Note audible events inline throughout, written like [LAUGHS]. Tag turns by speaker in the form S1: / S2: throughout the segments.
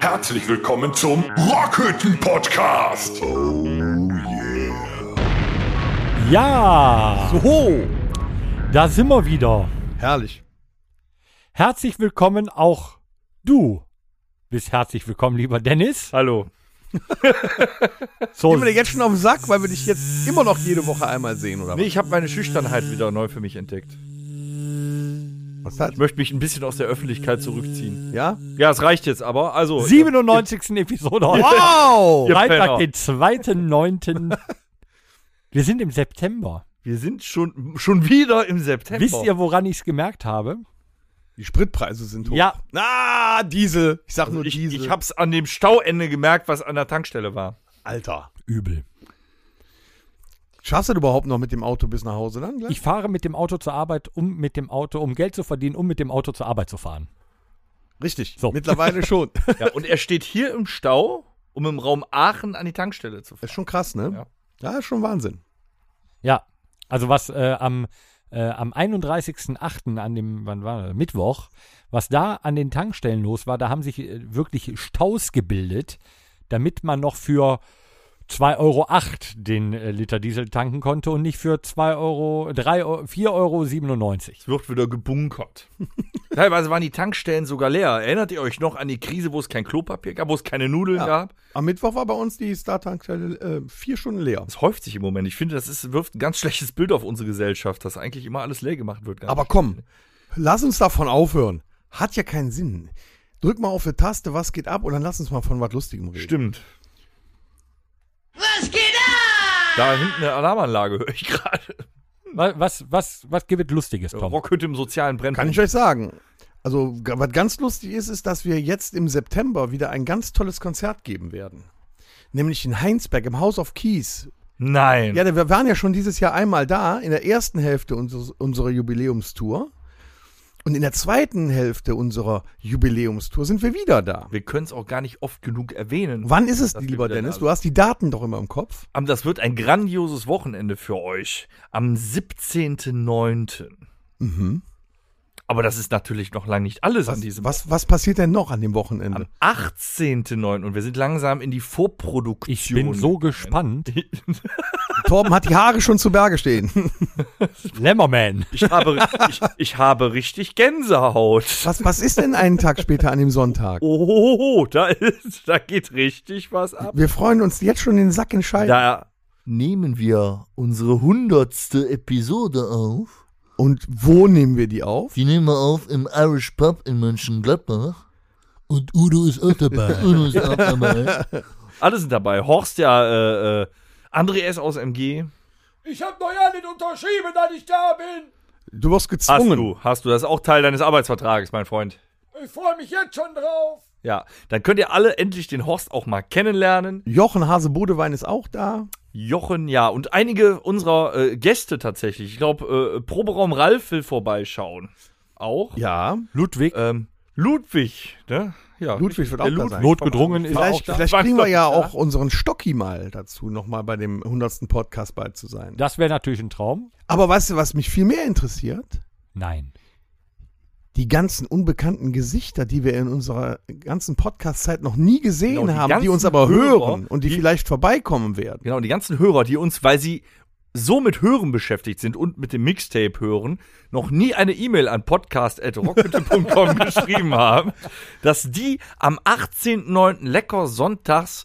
S1: Herzlich willkommen zum Rockhütten Podcast. Oh
S2: Ja,
S3: So,
S2: da sind wir wieder.
S3: herrlich.
S2: Herzlich willkommen auch du. Bist herzlich willkommen, lieber Dennis. [LAUGHS]
S4: Hallo.
S2: So,
S3: Gehen wir dir jetzt schon auf den Sack, weil wir dich jetzt immer noch jede Woche einmal sehen, oder
S4: Nee, ich habe meine Schüchternheit halt wieder neu für mich entdeckt.
S3: was? Was
S4: Ich
S3: das?
S4: möchte mich ein bisschen aus der Öffentlichkeit zurückziehen.
S3: Ja?
S4: Ja, es reicht jetzt aber. Also,
S2: 97. Episode heute.
S3: Wow! [LAUGHS]
S4: Ja. genau.
S2: Freitag,
S4: Penner.
S2: den 2.9. wir sind im September.
S4: wir sind schon, schon wieder im September.
S2: Wisst ihr, woran ich es gemerkt habe?
S3: Die Spritpreise sind hoch.
S2: Ja.
S3: Ah, Diesel. Ich sag nur
S4: ich,
S3: Diesel.
S4: ich hab's an dem Stauende gemerkt, was an der Tankstelle war.
S3: Alter.
S2: Übel.
S3: Schaffst du das überhaupt noch mit dem Auto bis nach Hause dann gleich?
S2: Ich fahre mit dem Auto zur Arbeit, um mit dem Auto, um Geld zu verdienen, um mit dem Auto zur Arbeit zu fahren.
S3: Richtig.
S2: So.
S3: [LAUGHS] Mittlerweile schon.
S4: Ja, und er steht hier im Stau, um im Raum Aachen an die Tankstelle zu fahren.
S3: ist schon krass, ne? Ja. ist schon Wahnsinn.
S2: Ja, also was äh, am, äh, am 31.08. an dem, wann war das? Mittwoch, was da an den Tankstellen los war, da haben sich äh, wirklich Staus gebildet, damit man noch für 2,08 Euro den äh, Liter Diesel tanken konnte und nicht für 2 Euro, 3, Euro- 4,97 Euro.
S4: Es wird wieder gebunkert. [LAUGHS] Teilweise waren die Tankstellen sogar leer. Erinnert ihr euch noch an die Krise, wo es kein Klopapier gab, wo es keine Nudeln
S3: Ja.
S4: gab?
S3: Am Mittwoch war bei uns die Star-Tankstelle äh, vier Stunden leer.
S4: Es häuft sich im Moment. Ich finde, das ist, wirft ein ganz schlechtes Bild auf unsere Gesellschaft, dass eigentlich immer alles leer gemacht wird.
S3: Aber komm, lass uns davon aufhören. Hat ja keinen Sinn. Drück mal auf die Taste, was geht ab, und dann lass uns mal von was Lustigem reden.
S4: Stimmt. Was geht ab? Da hinten eine Alarmanlage höre ich gerade.
S2: Was, was, was, was gibt es Lustiges, Tom?
S4: Rockhütte im sozialen Brennpunkt.
S3: Kann ich euch sagen. Also, g- was ganz lustig ist, ist, dass wir jetzt im September wieder ein ganz tolles Konzert geben werden. Nämlich in Heinsberg im House of Keys.
S4: Nein.
S3: Ja, wir waren ja schon dieses Jahr einmal da, in der ersten Hälfte unseres, unserer Jubiläumstour. Und in der zweiten Hälfte unserer Jubiläumstour sind wir wieder da.
S4: Wir können es auch gar nicht oft genug erwähnen.
S3: Wann ist es,
S4: Das
S3: lieber
S4: gibt ja
S3: Dennis?
S4: alles.
S3: Du hast die Daten doch immer im Kopf.
S4: Am- Das wird ein grandioses Wochenende für euch. Am 17.09.
S3: Mhm.
S4: Aber das ist natürlich noch lange nicht alles an
S3: Was,
S4: diesem
S3: was, was passiert denn noch an dem
S4: Am
S3: Wochenende?
S4: 18.09. und wir sind langsam in die Vorproduktion.
S2: Ich bin so gespannt.
S3: [LAUGHS] Torben hat die Haare schon zu Berge stehen.
S2: Lemmerman.
S4: Ich habe, ich, ich habe richtig Gänsehaut.
S3: Was, was ist denn einen Tag später an dem Sonntag?
S4: Oh, [LAUGHS] da, ist, da geht richtig was ab.
S3: Wir freuen uns jetzt schon den Sack in Scheiben.
S4: Da nehmen wir unsere hundertste Episode auf.
S3: Und wo nehmen wir die auf?
S5: Die nehmen wir auf im Irish Pub in Mönchengladbach. Und Udo ist auch dabei. Udo ist auch [LAUGHS] dabei.
S4: Alle sind dabei. Horst ja, äh, äh, André S. aus MG.
S3: Du wirst
S4: Hast
S3: gezwungen.
S4: du, hast du. Das ist auch Teil deines Arbeitsvertrages, mein Freund. Ich freue mich jetzt schon drauf. Ja, dann könnt ihr alle endlich den Horst auch mal kennenlernen.
S3: Jochen Hase Bodewein ist auch da.
S4: Jochen, ja. Und einige unserer äh, Gäste tatsächlich. Ich glaube, äh, Proberaum Ralf will vorbeischauen. Auch.
S3: Ja.
S2: Ludwig,
S4: Ähm, Ludwig, ne? Ja,
S3: Ludwig wird auch
S4: Der
S3: da
S4: Ludwig
S3: sein.
S2: notgedrungen ist auch
S3: Vielleicht,
S2: da.
S3: vielleicht
S4: War
S3: kriegen wir
S4: doch
S3: ja
S4: da.
S3: auch unseren Stocki mal dazu, nochmal bei dem 100. Podcast bald zu sein.
S2: Das wäre natürlich ein Traum.
S3: Aber weißt du, was mich viel mehr interessiert?
S2: Nein.
S3: Die ganzen unbekannten Gesichter, die wir in unserer ganzen Podcast-Zeit noch nie gesehen
S4: Genau, die
S3: haben, die uns
S4: ganzen
S3: aber
S4: Hörer,
S3: hören und die,
S4: die-
S3: vielleicht vorbeikommen werden.
S4: Genau, die ganzen Hörer, die uns, weil sie so mit Hören beschäftigt sind und mit dem Mixtape hören, noch nie eine E-Mail
S3: [LAUGHS]
S4: an podcast.rockhütte.com geschrieben haben, dass die am 18.09. lecker sonntags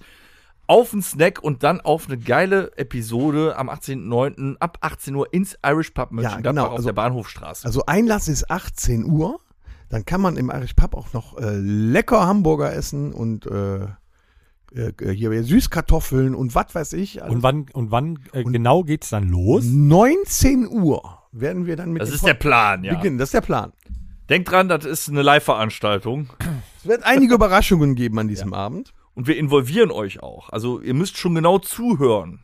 S4: auf einen Snack und dann auf eine geile Episode am 18.09. ab 18 Uhr ins Irish Pub Mönchengladbach
S3: genau,
S4: auf
S3: also-
S4: der Bahnhofstraße.
S3: Also Einlass ist 18 Uhr. Dann kann man im Irish Pub auch noch äh, lecker Hamburger essen und äh, äh, hier Süßkartoffeln und was weiß ich. Also
S2: Und wann, und wann äh, genau geht's dann los?
S3: 19 Uhr werden wir dann mit
S4: Das
S3: dem
S4: ist der Plan, ja.
S3: beginnen. Das ist der Plan.
S4: Denkt dran, das ist eine Live-Veranstaltung.
S3: Es wird einige Überraschungen geben an diesem Abend.
S4: Und wir involvieren euch auch. Also ihr müsst schon genau zuhören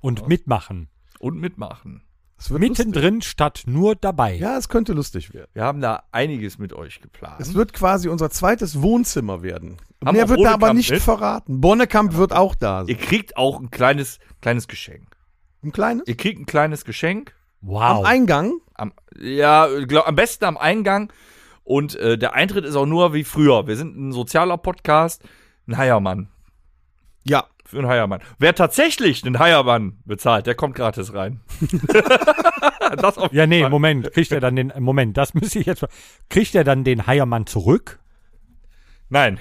S2: Und mitmachen.
S4: und mitmachen.
S3: Es wird lustig.
S2: Mittendrin statt nur dabei.
S3: Ja, es könnte lustig werden.
S4: Wir haben da einiges mit euch geplant.
S3: Es wird quasi unser zweites Wohnzimmer werden.
S4: Haben
S3: Mehr
S4: auch
S3: wird da aber
S4: Bohnekamp
S3: nicht
S4: mit?
S3: verraten. Bonnekamp wird auch da
S4: Ihr
S3: sein.
S4: kriegt auch ein kleines, kleines Geschenk.
S3: Ein kleines?
S4: Ihr kriegt ein kleines Geschenk.
S3: Am
S2: Wow.
S3: Eingang.
S4: Am, ja, glaub, am besten am Eingang. Und äh, der Eintritt ist auch nur wie früher. Wir sind ein sozialer Podcast. Ein Heiermann.
S3: Ja.
S4: Für einen Heiermann. Wer tatsächlich einen Heiermann bezahlt, der kommt
S3: [LAUGHS]
S4: gratis rein. das auf
S2: Ja, nee, Moment, kriegt er
S3: [LAUGHS]
S2: dann den, Moment, das müsste ich jetzt mal, kriegt er dann den Heiermann zurück?
S4: Nein.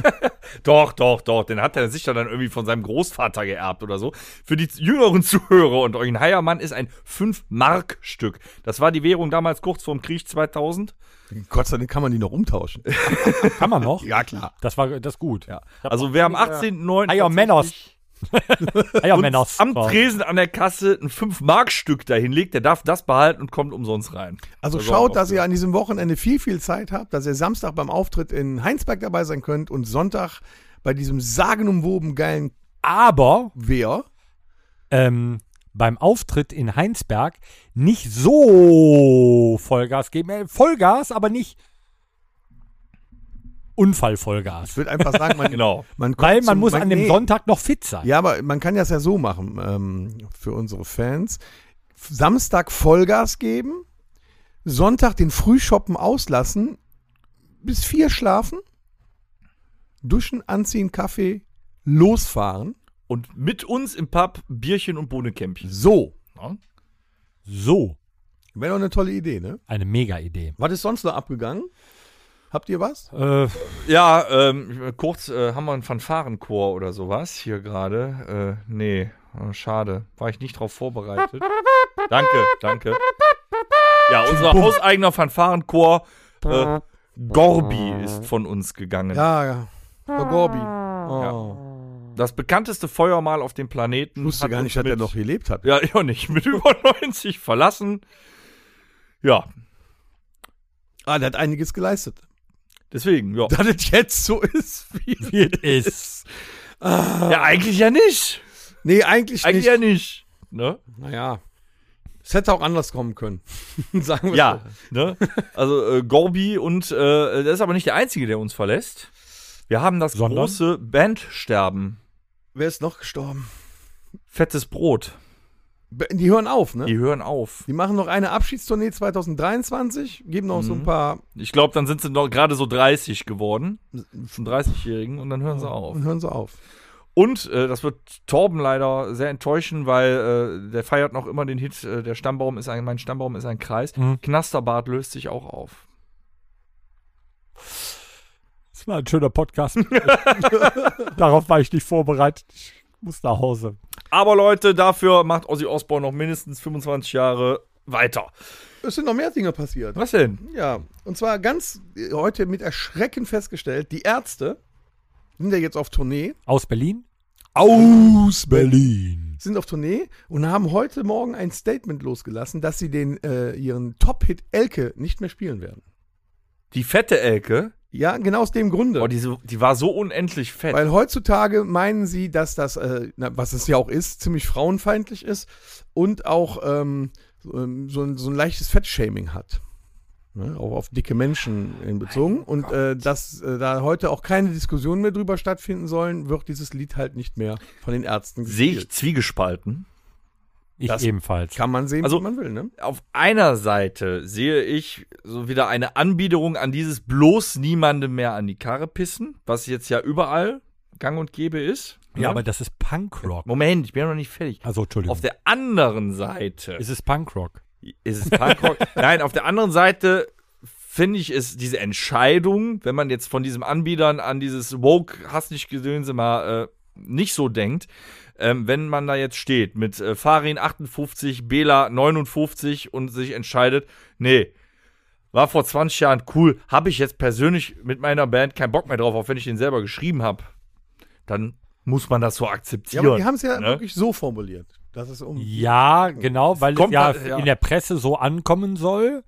S4: [LAUGHS] doch, doch, doch. Den hat er sicher dann irgendwie von seinem Großvater geerbt oder so. Für die jüngeren [LAUGHS] Zuhörer und euch, ein Heiermann ist ein 5-Mark-Stück. Das war die Währung damals kurz vorm Krieg 2000.
S3: Gott sei Dank kann man die noch umtauschen.
S2: Kann man noch?
S3: [LAUGHS] Ja, klar.
S2: Das war, das ist gut. Ja.
S4: Also wer am 18.09.
S2: Heiermänners. [LAUGHS]
S4: und
S2: Heiermänners.
S4: am Tresen an der Kasse ein 5-Mark-Stück dahin legt, der darf das behalten und kommt umsonst rein.
S3: Also
S4: Das war auch
S3: schaut, dass
S4: gut.
S3: ihr an diesem Wochenende viel, viel Zeit habt, dass ihr Samstag beim Auftritt in Heinsberg dabei sein könnt und Sonntag bei diesem sagenumwoben geilen
S2: Aber,
S3: Wehr.
S2: ähm, beim Auftritt in Heinsberg nicht so Vollgas geben. Äh, Vollgas, aber nicht
S3: Ich
S2: Unfallvollgas.
S3: würde einfach
S2: [LAUGHS]
S3: sagen, man,
S4: Genau.
S3: man kommt
S2: Weil man
S3: zum-
S2: muss an dem
S3: nee.
S2: Sonntag noch fit sein.
S3: Ja, aber man kann das ja so machen ähm, für unsere Fans. F- Samstag Vollgas geben, Sonntag den Frühschoppen auslassen, bis vier schlafen, duschen, anziehen, Kaffee, losfahren.
S4: Und mit uns im Pub Bierchen und Bohnenkämpchen.
S3: So.
S4: Ne?
S2: So,
S3: Wäre doch eine tolle Idee, ne?
S2: eine Mega-Idee.
S3: Was ist sonst noch abgegangen? Habt ihr was?
S2: Äh,
S4: Ja, ähm, kurz, äh, haben wir einen Fanfarenchor oder sowas hier gerade? Äh, nee, äh, schade. War ich nicht drauf vorbereitet. Danke, danke. Ja, unser hauseigener Fanfarenchor äh, Gorbi ist von uns gegangen.
S3: Ja, ja. Der Gorbi. Oh.
S4: Das bekannteste Feuermal auf dem Planeten.
S3: Ich wusste
S4: Hm. hat
S3: gar
S4: uns
S3: nicht, dass
S4: mit,
S3: er noch gelebt hat.
S4: Ja, ich auch nicht. Mit über 90 verlassen. Ja,
S3: Ah, der hat einiges geleistet. [LAUGHS]
S4: deswegen, ja.
S3: Dass es jetzt so ist, wie.
S2: [LAUGHS] wie es ist.
S4: Ja, eigentlich ja nicht.
S3: Nee, eigentlich, nicht.
S4: Eigentlich ja nicht. Ne?
S3: Naja. Es hätte auch anders kommen können. [LAUGHS] Sagen
S4: [LAUGHS]
S3: wir
S4: Ja, ne? Also äh, Gorbi und äh, der ist aber nicht der Einzige, der uns verlässt. Wir haben das
S2: Sondern?
S4: große Bandsterben.
S3: Wer ist noch gestorben?
S4: Fettes Brot.
S3: Be- Die hören auf, ne?
S4: Die hören auf.
S3: Die machen noch eine Abschiedstournee 2023, geben noch
S4: Mhm.
S3: so ein paar
S4: Ich glaube, dann sind sie noch gerade so 30 geworden. Schon 30-Jährigen und dann hören sie auf.
S3: und hören so auf.
S4: Und äh, das wird Torben leider sehr enttäuschen, weil äh, der feiert noch immer den Hit, äh, der Stammbaum ist ein, mein Stammbaum ist ein Kreis.
S2: Mhm.
S4: Knasterbart löst sich auch auf.
S2: Das war ein schöner Podcast. [LAUGHS] Darauf war ich nicht vorbereitet. Ich muss nach Hause.
S4: Aber Leute, dafür macht Ozzy Osbourne noch mindestens 25 Jahre weiter.
S3: Es sind noch mehr Dinge passiert.
S4: Was denn?
S3: Ja, und zwar ganz äh, heute mit Erschrecken festgestellt, die Ärzte sind ja jetzt auf Tournee,
S2: Aus Berlin?
S3: Aus
S2: Berlin.
S3: sind auf Tournee und haben heute Morgen ein Statement losgelassen, dass sie den, äh, ihren Top-Hit Elke nicht mehr spielen werden.
S4: Die fette Elke,
S3: Ja, genau aus dem Grunde.
S4: oh, die, so- die war so unendlich fett.
S3: Weil heutzutage meinen sie, dass das, äh, na, was es ja auch ist, ziemlich frauenfeindlich ist und auch ähm, so, ähm, so, ein, so ein leichtes Fettshaming hat. Ne? Auch auf dicke Menschen hin bezogen. Und äh, dass äh, da heute auch keine Diskussionen mehr drüber stattfinden sollen, wird dieses Lied halt nicht mehr von den Ärzten
S4: Sehe ich zwiegespalten.
S2: Ich
S3: Das
S2: ebenfalls.
S3: Kann man sehen,
S4: Also-
S3: wie man will, ne?
S4: Auf einer Seite sehe ich so wieder eine Anbiederung an dieses bloß niemandem mehr an die Karre pissen, was jetzt ja überall gang und gäbe ist. Ne?
S2: Ja, aber das ist Punkrock.
S4: Moment, ich bin ja noch nicht fertig.
S2: Also, Entschuldigung.
S4: Auf der anderen Seite
S2: ist es Punkrock?
S4: ist es
S3: [LAUGHS]
S4: Punkrock. Nein, auf der anderen Seite finde ich es diese Entscheidung, wenn man jetzt von diesem Anbietern an dieses woke hast nicht Gedönse mal äh, nicht so denkt, ähm, wenn man da jetzt steht mit äh, Farin 58, Bela 59 und sich entscheidet, nee, war vor 20 Jahren cool, habe ich jetzt persönlich mit meiner Band keinen Bock mehr drauf, auch wenn ich den selber geschrieben habe, dann muss man das so
S3: Ja,
S4: akzeptieren.
S3: aber die haben es ja
S4: ne?
S3: wirklich so formuliert. Das ist um.
S2: Ja, genau, weil es
S4: Kommt
S2: ja,
S4: da- ja.
S2: in der Presse so ankommen soll.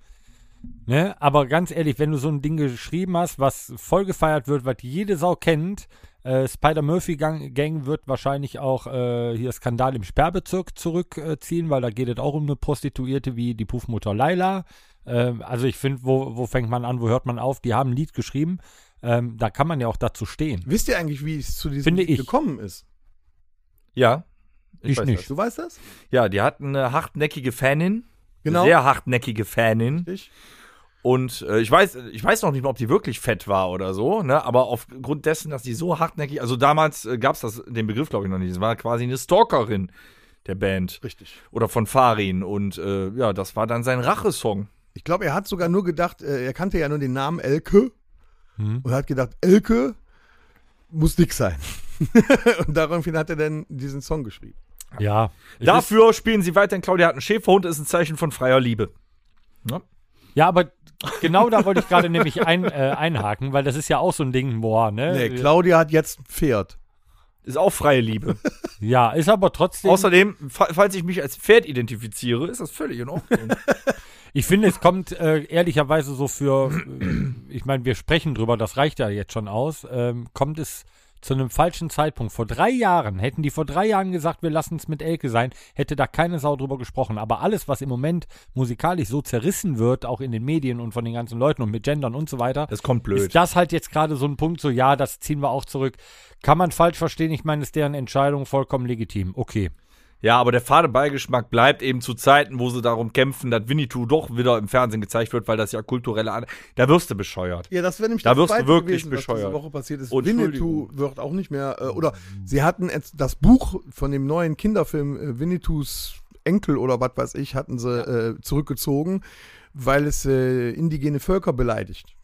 S2: Ne? Aber ganz ehrlich, wenn du so ein Ding geschrieben hast, was voll gefeiert wird, was jede Sau kennt, äh, Spider-Murphy-Gang Gang wird wahrscheinlich auch äh, hier Skandal im Sperrbezirk zurückziehen, weil da geht es auch um eine Prostituierte wie die Puffmutter Laila. Ähm, also ich finde, wo, wo fängt man an, wo hört man auf? Die haben ein Lied geschrieben, ähm, da kann man ja auch dazu stehen.
S3: Wisst ihr eigentlich, wie es zu diesem
S2: Finde
S3: Lied
S2: ich.
S3: gekommen ist?
S4: ja.
S2: Ich
S4: weiß
S2: nicht.
S3: Du weißt das?
S4: Ja, die hatten eine hartnäckige Fanin,
S3: Genau.
S4: Sehr hartnäckige Fanin.
S3: Richtig.
S4: Und äh, ich weiß, ich weiß noch nicht mal, ob die wirklich fett war oder so, ne? Aber aufgrund dessen, dass die so hartnäckig, also damals äh, gab es das, den Begriff, glaube ich, noch nicht. Es war quasi eine Stalkerin der Band
S3: Richtig.
S4: oder von Farin. Und äh, ja, das war dann sein Rachesong.
S3: Ich glaube, er hat sogar nur gedacht, äh, er kannte ja nur den Namen Elke
S2: Hm.
S3: und hat gedacht, Elke muss dick sein. [LAUGHS] und daraufhin hat er dann diesen Song geschrieben.
S2: Ja. Es ist,
S4: Dafür spielen sie weiterhin Claudia hat einen Schäferhund, ist ein Zeichen von freier Liebe.
S2: ja, aber genau da wollte ich gerade nämlich ein, äh, einhaken, weil das ist ja auch so ein Ding, boah, ne?
S3: Nee, Claudia hat jetzt ein Pferd.
S4: Ist auch
S3: [LAUGHS]
S4: freie Liebe.
S2: ja, ist aber trotzdem.
S4: Außerdem, fa falls ich mich als Pferd identifiziere, ist das völlig in Ordnung.
S2: Ich finde, es kommt äh, ehrlicherweise so für, äh, ich meine, wir sprechen drüber, das reicht ja jetzt schon aus, ähm, kommt es zu einem falschen Zeitpunkt. Vor drei Jahren, hätten die vor drei Jahren gesagt, wir lassen es mit Elke sein, hätte da keine Sau drüber gesprochen. Aber alles, was im Moment musikalisch so zerrissen wird, auch in den Medien und von den ganzen Leuten und mit Gendern und so weiter,
S4: Das kommt
S2: ist das halt jetzt gerade so ein Punkt, so ja, das ziehen wir auch zurück. Kann man falsch verstehen, ich meine, ist deren Entscheidung vollkommen legitim. Okay.
S4: Ja, aber der fade Beigeschmack bleibt eben zu Zeiten, wo sie darum kämpfen, dass Winnetou doch wieder im Fernsehen gezeigt wird, weil das ja kulturelle An Da wirst du bescheuert.
S3: Ja, das wäre nämlich
S4: Da
S3: das
S4: wirst du
S3: Zweite
S4: wirklich
S3: gewesen, was
S4: bescheuert.
S3: diese Woche passiert ist.
S4: Und
S3: Winnetou
S4: Entschuldigung.
S3: wird auch nicht mehr, äh, oder sie hatten jetzt das Buch von dem neuen Kinderfilm äh, Winnetous Enkel oder was weiß ich, hatten sie äh, zurückgezogen, weil es äh, indigene Völker beleidigt.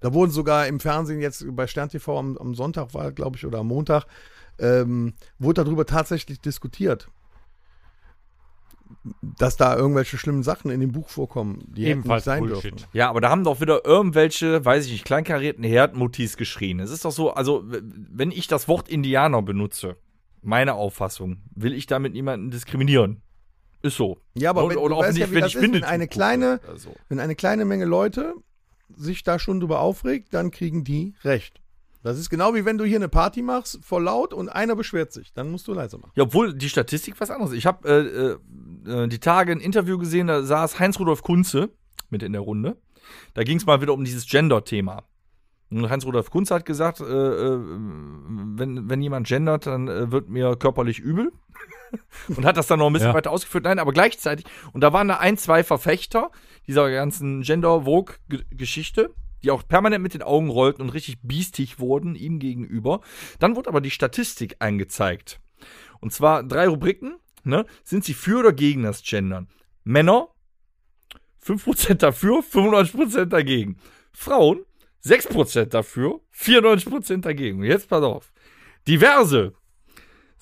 S3: Da wurden sogar im Fernsehen jetzt bei Stern TV am, am Sonntag war, glaube ich, oder am Montag, ähm, wurde darüber tatsächlich diskutiert. Dass da irgendwelche schlimmen Sachen in dem Buch vorkommen, die hätten nicht
S2: Ebenfalls
S3: sein
S2: Bullshit.
S3: dürfen.
S4: Ja, aber da haben doch wieder irgendwelche, weiß ich nicht, kleinkarierten Herdmutis geschrien. Es ist doch so, also, w- wenn ich das Wort Indianer benutze, meine Auffassung, will ich damit niemanden diskriminieren. Ist so.
S3: Ja, aber
S4: Und-
S3: wenn,
S4: oder
S3: du
S4: auch
S3: weißt
S4: nicht,
S3: ja, wie
S4: wenn
S3: das
S4: ich
S3: ist, wenn
S4: Winnetou
S3: eine
S4: gucke
S3: kleine,
S4: oder so.
S3: wenn eine kleine Menge Leute sich da schon drüber aufregt, dann kriegen die recht. Das ist genau wie wenn du hier eine Party machst, voll laut und einer beschwert sich, dann musst du leise machen.
S4: Ja, obwohl die Statistik was anderes. ist. Ich habe äh, äh, die Tage ein Interview gesehen, da saß Heinz-Rudolf Kunze mit in der Runde. Da ging es mal wieder um dieses Gender-Thema. Und Heinz-Rudolf Kunze hat gesagt, äh, äh, wenn, wenn jemand gendert, dann äh, wird mir körperlich übel. [LAUGHS] und hat das dann noch ein bisschen
S2: Ja.
S4: weiter ausgeführt. Nein, aber gleichzeitig, und da waren da ein, zwei Verfechter dieser ganzen Gender-Vogue-Geschichte, die auch permanent mit den Augen rollten und richtig biestig wurden ihm gegenüber. Dann wurde aber die Statistik eingezeigt. Und zwar drei Rubriken. Ne? Sind sie für oder gegen das Gendern? Männer 5% dafür, 95% dagegen. Frauen 6% dafür, 94% dagegen. Und jetzt pass auf. Diverse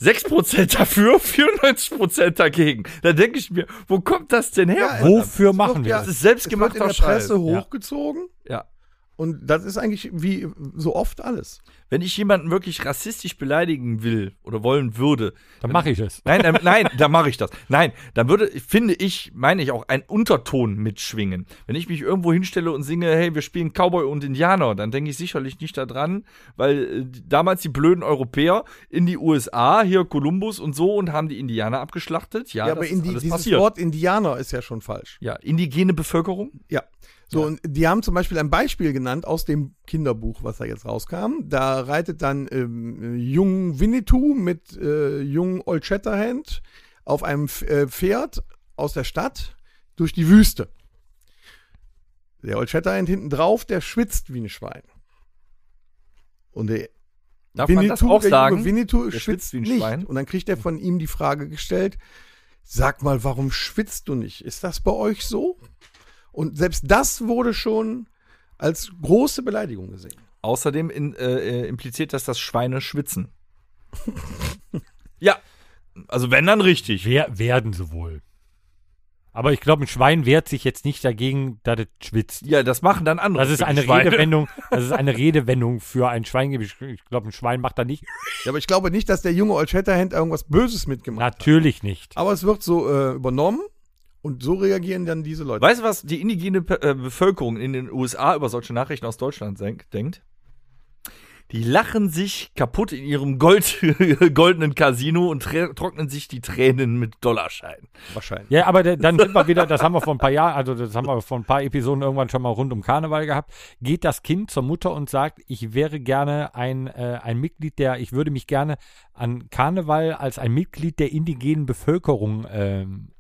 S4: 6% dafür, 94% dagegen. Da denke ich mir, wo kommt das denn her?
S3: Ja,
S2: Wofür
S3: es
S2: machen
S3: wird
S2: wir
S3: ja-
S2: das?
S4: das ist
S3: Es wird in
S4: selbstgemachter
S3: der Presse
S4: Scheiß.
S2: Ja.
S3: hochgezogen
S4: Ja.
S3: und das ist eigentlich wie so oft alles.
S4: Wenn ich jemanden wirklich rassistisch beleidigen will oder wollen würde,
S2: Dann mache ich es.
S4: Nein, dann, nein, da mache ich das. Nein, dann würde, finde ich, meine ich auch, ein Unterton mitschwingen. Wenn ich mich irgendwo hinstelle und singe, hey, wir spielen Cowboy und Indianer, dann denke ich sicherlich nicht daran, weil äh, damals die blöden Europäer in die USA, hier Kolumbus und so, und haben die Indianer abgeschlachtet. Ja,
S3: Ja, aber
S4: das
S3: in
S4: ist
S3: die,
S4: alles
S3: dieses
S4: passiert.
S3: Wort Indianer ist ja schon falsch.
S4: ja, indigene Bevölkerung.
S3: Ja. So, und die haben zum Beispiel ein Beispiel genannt aus dem Kinderbuch, was da jetzt rauskam. Da reitet dann ähm, jung Winnetou mit äh, jung Old Shatterhand auf einem F- äh, Pferd aus der Stadt durch die Wüste. Der Old Shatterhand hinten drauf, der schwitzt wie ein Schwein. Und der
S4: Darf man das auch
S3: der
S4: sagen?
S3: Junge Winnetou
S4: Der
S3: schwitzt wie ein nicht. Schwein. Und dann kriegt er von ihm die Frage gestellt, sag mal, warum schwitzt du nicht? Ist das bei euch so? Und selbst das wurde schon als große Beleidigung gesehen.
S4: Außerdem in, äh, äh, impliziert das, dass Schweine schwitzen. [LAUGHS] ja, also wenn, dann richtig.
S2: Wer werden sie wohl? Aber ich glaube, ein Schwein wehrt sich jetzt nicht dagegen, dass es schwitzt.
S4: Ja, das machen dann andere.
S2: Das ist eine
S4: Schweine.
S2: Redewendung, das ist eine Redewendung für ein Schwein. Ich glaube, ein Schwein macht da nicht.
S3: Ja, aber ich glaube nicht, dass der junge Old Shatterhand irgendwas Böses mitgemacht hat.
S2: Natürlich nicht.
S3: Aber es wird so äh, übernommen und so reagieren dann diese Leute.
S4: Weißt du, was die indigene Pe- äh, Bevölkerung in den USA über solche Nachrichten aus Deutschland senk- denkt? Die lachen sich kaputt in ihrem Gold, [LAUGHS] goldenen Casino und trä- trocknen sich die Tränen mit Dollarscheinen.
S3: Wahrscheinlich.
S2: Ja, aber der- dann sind wir wieder, das haben wir vor ein paar Jahren, also das haben wir vor ein paar Episoden irgendwann schon mal rund um Karneval gehabt. Geht das Kind zur Mutter und sagt, ich wäre gerne ein, äh, ein Mitglied der, ich würde mich gerne an Karneval als ein Mitglied der indigenen Bevölkerung ähm,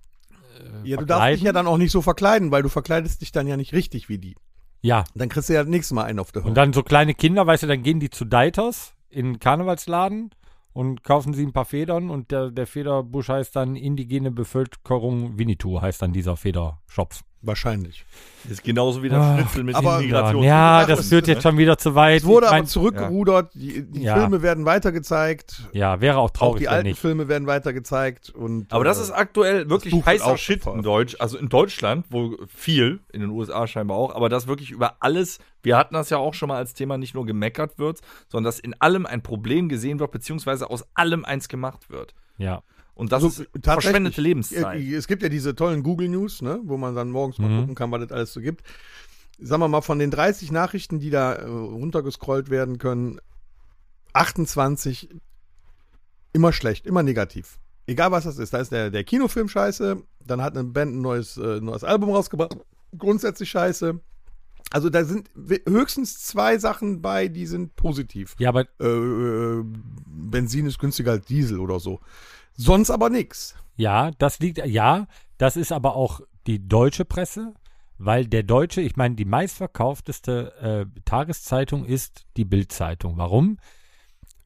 S3: Ja, du darfst dich ja
S2: verkleiden.
S3: dann auch nicht so verkleiden, weil du verkleidest dich dann ja nicht richtig wie die.
S2: Ja,
S3: Dann kriegst du ja das nächste Mal einen auf der
S2: und
S3: Hose.
S2: dann so kleine Kinder, weißt du, dann gehen die zu Deiters in den Karnevalsladen und kaufen sie ein paar Federn und der, der Federbusch heißt dann Indigene Bevölkerung Winnetou, heißt dann dieser Federshop.
S3: Wahrscheinlich.
S4: Ist genauso wie das
S2: Ah,
S4: Schnitzel mit
S3: aber-
S4: Integration.
S2: Ja,
S3: Ach,
S2: das
S3: es- ne?
S2: führt jetzt schon wieder zu weit.
S3: Es wurde
S2: Ich
S3: aber
S2: mein-
S3: zurückgerudert, die, die
S2: Ja.
S3: Filme werden weitergezeigt,
S2: ja, wäre auch
S3: auch
S2: traurig,
S3: die
S2: wenn
S3: alten
S2: nicht.
S3: Filme werden weitergezeigt. Und,
S4: Aber das
S3: äh,
S4: ist aktuell wirklich
S3: Buch wird
S4: heißer
S3: auch
S4: Shit in
S3: veröffentlicht.
S4: Deutsch, also in Deutschland, wo viel, in den USA scheinbar auch, aber das wirklich über alles, wir hatten das ja auch schon mal als Thema, nicht nur gemeckert wird, sondern dass in allem ein Problem gesehen wird, beziehungsweise aus allem eins gemacht wird.
S2: Ja.
S4: Und das
S3: Also,
S4: ist
S3: tatsächlich.
S4: verschwendete Lebenszeit.
S3: Äh,
S4: Mhm.
S3: Es gibt ja diese tollen Google News, ne, wo man dann morgens mal gucken kann, was das alles so gibt. Sagen wir mal, von den 30 Nachrichten, die da äh, runtergescrollt werden können, 28 immer schlecht, immer negativ. Egal was das ist. Da ist der, der Kinofilm scheiße, dann hat eine Band ein neues, äh, neues Album rausgebracht, grundsätzlich scheiße. Also da sind we- höchstens zwei Sachen bei, die sind positiv
S2: ja, aber
S3: äh, äh, Benzin ist günstiger als Diesel oder so. Sonst aber nix.
S2: Ja, das liegt, ja, das ist aber auch die deutsche Presse, weil der deutsche, ich meine, die meistverkaufteste äh, Tageszeitung ist die Bild-Zeitung. Warum?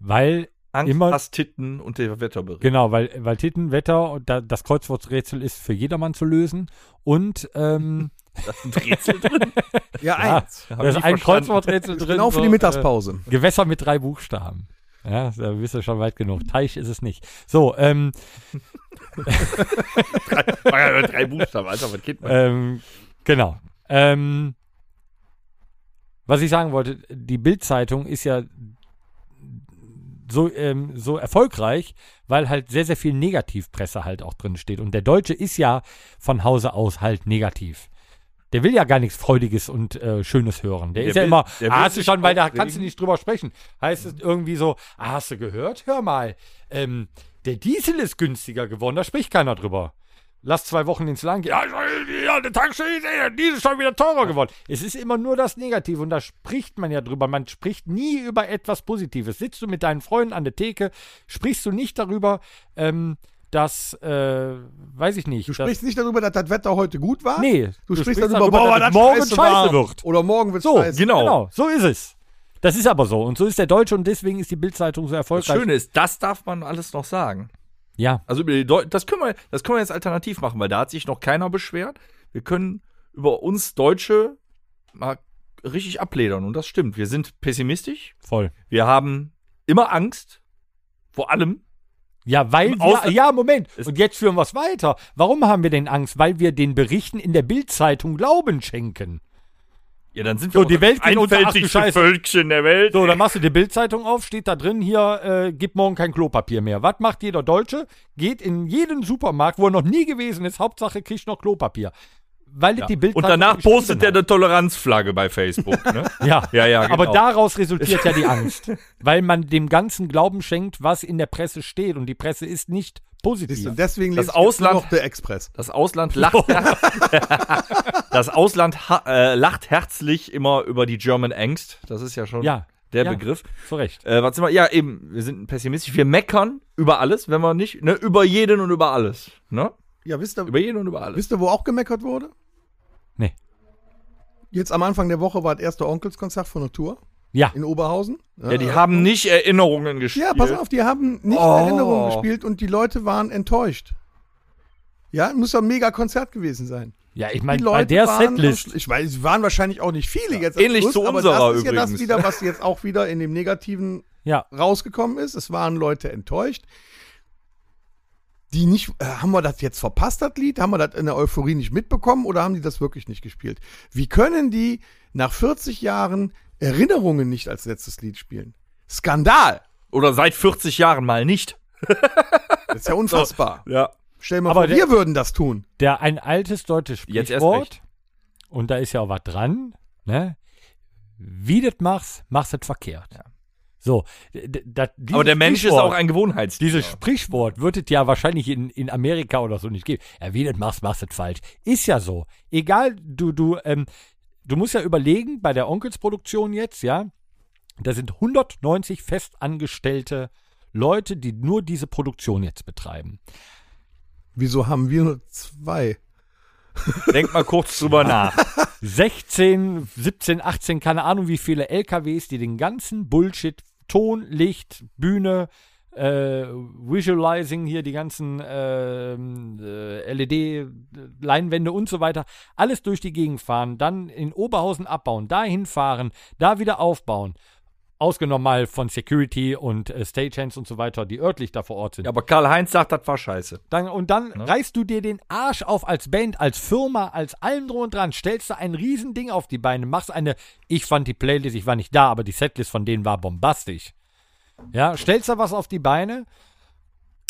S2: Weil,
S4: Angst,
S2: immer-
S4: Hass, Titten und der Wetterbericht.
S2: genau, weil, weil Titten, Wetter und da, das Kreuzworträtsel ist für jedermann zu lösen und
S3: [LAUGHS]
S2: ähm,
S4: Da sind Rätsel drin.
S2: ja,
S3: Ja,
S4: hab
S2: da ist
S4: ich
S2: ein
S4: verstanden.
S3: [LAUGHS]
S2: Kreuzworträtsel drin.
S3: Genau für
S2: so,
S3: die
S2: äh,
S3: Mittagspause.
S2: Gewässer mit drei Buchstaben. Ja, da bist du schon weit genug. Teich ist es nicht. So, ähm,
S4: Drei, Ah drei Buchstaben, Alter, was geht man?
S2: ähm, genau. Ähm, was ich sagen wollte, die Bild-Zeitung ist ja so, ähm, so erfolgreich, weil halt sehr, sehr viel Negativpresse halt auch drin steht. Und der Deutsche ist ja von Hause aus halt negativ. Der will ja gar nichts Freudiges und äh, Schönes hören. Der,
S4: Der
S2: ist ja
S4: will-
S2: immer,
S4: der will
S2: ah, hast du
S4: sich
S2: schon, weil da
S4: aufregen.
S2: kannst du nicht drüber sprechen. Heißt es irgendwie so, ah, hast du gehört? Hör mal, ähm, der Diesel ist günstiger geworden, da spricht keiner drüber. Lass zwei Wochen ins Land gehen. Ja, ja, der Tankstelle ist ja, die ist schon wieder teurer geworden. Es ist immer nur das Negative und da spricht man ja drüber. Man spricht nie über etwas Positives. Sitzt du mit deinen Freunden an der Theke, sprichst du nicht darüber, ähm, dass, äh, weiß ich nicht.
S3: Du sprichst nicht darüber, dass das Wetter heute gut war.
S2: Nee,
S3: Du, sprichst, darüber,
S2: dass
S3: boah, das
S2: es morgen scheiße,
S3: war.
S2: wird.
S3: Oder morgen wird
S2: So,
S3: scheiße.
S4: genau.
S2: so ist es. Das ist aber so. Und so ist der Deutsche und deswegen ist die Bildzeitung so
S4: Das
S2: erfolgreich.
S4: Schöne ist, das darf man alles noch sagen.
S2: Ja,
S4: Also über die Deu das können wir, das können wir jetzt alternativ machen, weil da hat sich noch keiner beschwert. Wir können über uns Deutsche mal richtig abledern und das stimmt. Wir sind pessimistisch.
S2: voll.
S4: Wir haben immer Angst vor allem.
S2: Ja, weil
S4: Im
S2: wir,
S4: Ausland-
S2: ja, Moment.
S4: Es-
S2: Und jetzt führen wir es weiter. Warum haben wir denn Angst? Weil wir den Berichten in der Bildzeitung Glauben schenken.
S4: Ja, dann sind
S2: So,
S4: wir
S2: die
S4: auch
S2: Welt
S4: das
S2: geht unter, ach du
S4: einfältigste
S2: Scheiße.
S4: Völkchen der Welt.
S2: So, dann machst du die Bildzeitung auf, steht da drin hier, äh, gibt morgen kein Klopapier mehr. Was macht jeder Deutsche? Geht in jeden Supermarkt, wo er noch nie gewesen ist, Hauptsache kriegt noch Klopapier. Weil es die
S4: und
S2: Bildzeitung
S4: danach
S2: geschrieben
S4: postet er
S2: hat.
S4: eine Toleranzflagge bei Facebook. Ne?
S2: [LAUGHS] Ja,
S4: [LAUGHS] Ja, ja, genau.
S2: aber daraus resultiert
S4: [LAUGHS]
S2: ja die Angst, weil man dem ganzen Glauben schenkt, was in der Presse steht und die Presse ist nicht
S3: Siehst du,
S2: positiv.
S3: deswegen
S4: Das
S3: lese ich jetzt
S4: Ausland-
S3: nur noch der Express. [LAUGHS]
S4: Das Ausland lacht, das Ausland ha- äh, lacht herzlich immer über die German Angst. Das ist ja schon
S2: Ja,
S4: der
S2: ja.
S4: Begriff.
S2: Zu Recht.
S4: Äh, was sind wir? Ja, eben, wir sind pessimistisch. Wir meckern über alles, wenn wir nicht, ne, über jeden und über alles. Ne?
S3: Ja, wisst ihr,
S4: Über jeden und über alles.
S3: wisst ihr, wo auch gemeckert wurde?
S2: Nee.
S3: Jetzt am Anfang der Woche war das erste Onkelskonzert von der Tour
S2: Ja,
S3: in Oberhausen. Ja,
S4: Ja, die haben nicht Erinnerungen gespielt.
S3: Ja, pass auf, die haben nicht
S4: Oh.
S3: Erinnerungen gespielt und die Leute waren enttäuscht. Ja, muss ja ein mega Konzert gewesen sein.
S2: ja ich
S3: Die
S2: meine, bei
S3: Leute
S2: der
S3: waren,
S2: Setlist.
S3: Ich weiß, es waren wahrscheinlich auch nicht viele jetzt. am
S4: ähnlich zu
S3: aber
S4: unserer
S3: das ist ja das
S4: übrigens.
S3: wieder,
S4: [LAUGHS]
S3: was jetzt auch wieder in dem Negativen
S2: Ja,
S3: rausgekommen ist. Es waren Leute enttäuscht. Die nicht, äh, haben wir das jetzt verpasst, das Lied? Haben wir das in der Euphorie nicht mitbekommen oder haben die das wirklich nicht gespielt? Wie können die nach 40 Jahren Erinnerungen nicht als letztes Lied spielen? Skandal!
S4: Oder seit 40 Jahren mal nicht.
S3: Das ist ja unfassbar.
S4: Ja.
S3: Stell dir mal
S2: Aber
S3: vor,
S2: der-
S3: wir würden das tun.
S2: der ein altes deutsches
S4: Jetzt erst
S2: Sprichwort und da ist ja auch was dran, ne? Wie das machst, machst das verkehrt. So, d- d- dat-
S4: Aber
S2: dieses
S3: eh
S4: der Mensch ist
S2: Sprichwort-
S4: auch ein Gewohnheitstier.
S2: Dieses Sprichwort wird es ja wahrscheinlich in, in Amerika oder so nicht geben. Ja, wie das machst, machst das falsch. Ist ja so. Egal, du, du, ähm, du musst ja überlegen, bei der Onkelsproduktion jetzt, ja, da sind 190 festangestellte Leute, die nur diese Produktion jetzt betreiben.
S3: Wieso haben wir nur zwei?
S4: Denk mal
S3: [LAUGHS]
S4: kurz drüber nach.
S2: 16, 17, 18, keine Ahnung, wie viele LKWs, die den ganzen Bullshit, Ton, Licht, Bühne, äh, Visualizing hier, die ganzen ähm, äh, LED-Leinwände und so weiter, alles durch die Gegend fahren, dann in Oberhausen abbauen, dahin fahren, da wieder aufbauen. Ausgenommen mal von Security und äh, Stagehands und so weiter, die örtlich da vor Ort sind.
S4: Ja, aber Karl-Heinz sagt, das war scheiße.
S2: Dann, und dann
S4: Ne?
S2: reißt du dir den Arsch auf als Band, als Firma, als allem drum und dran, stellst da ein Riesending auf die Beine, machst eine, ich fand die Playlist, ich war nicht da, aber die Setlist von denen war bombastisch. Ja, stellst da was auf die Beine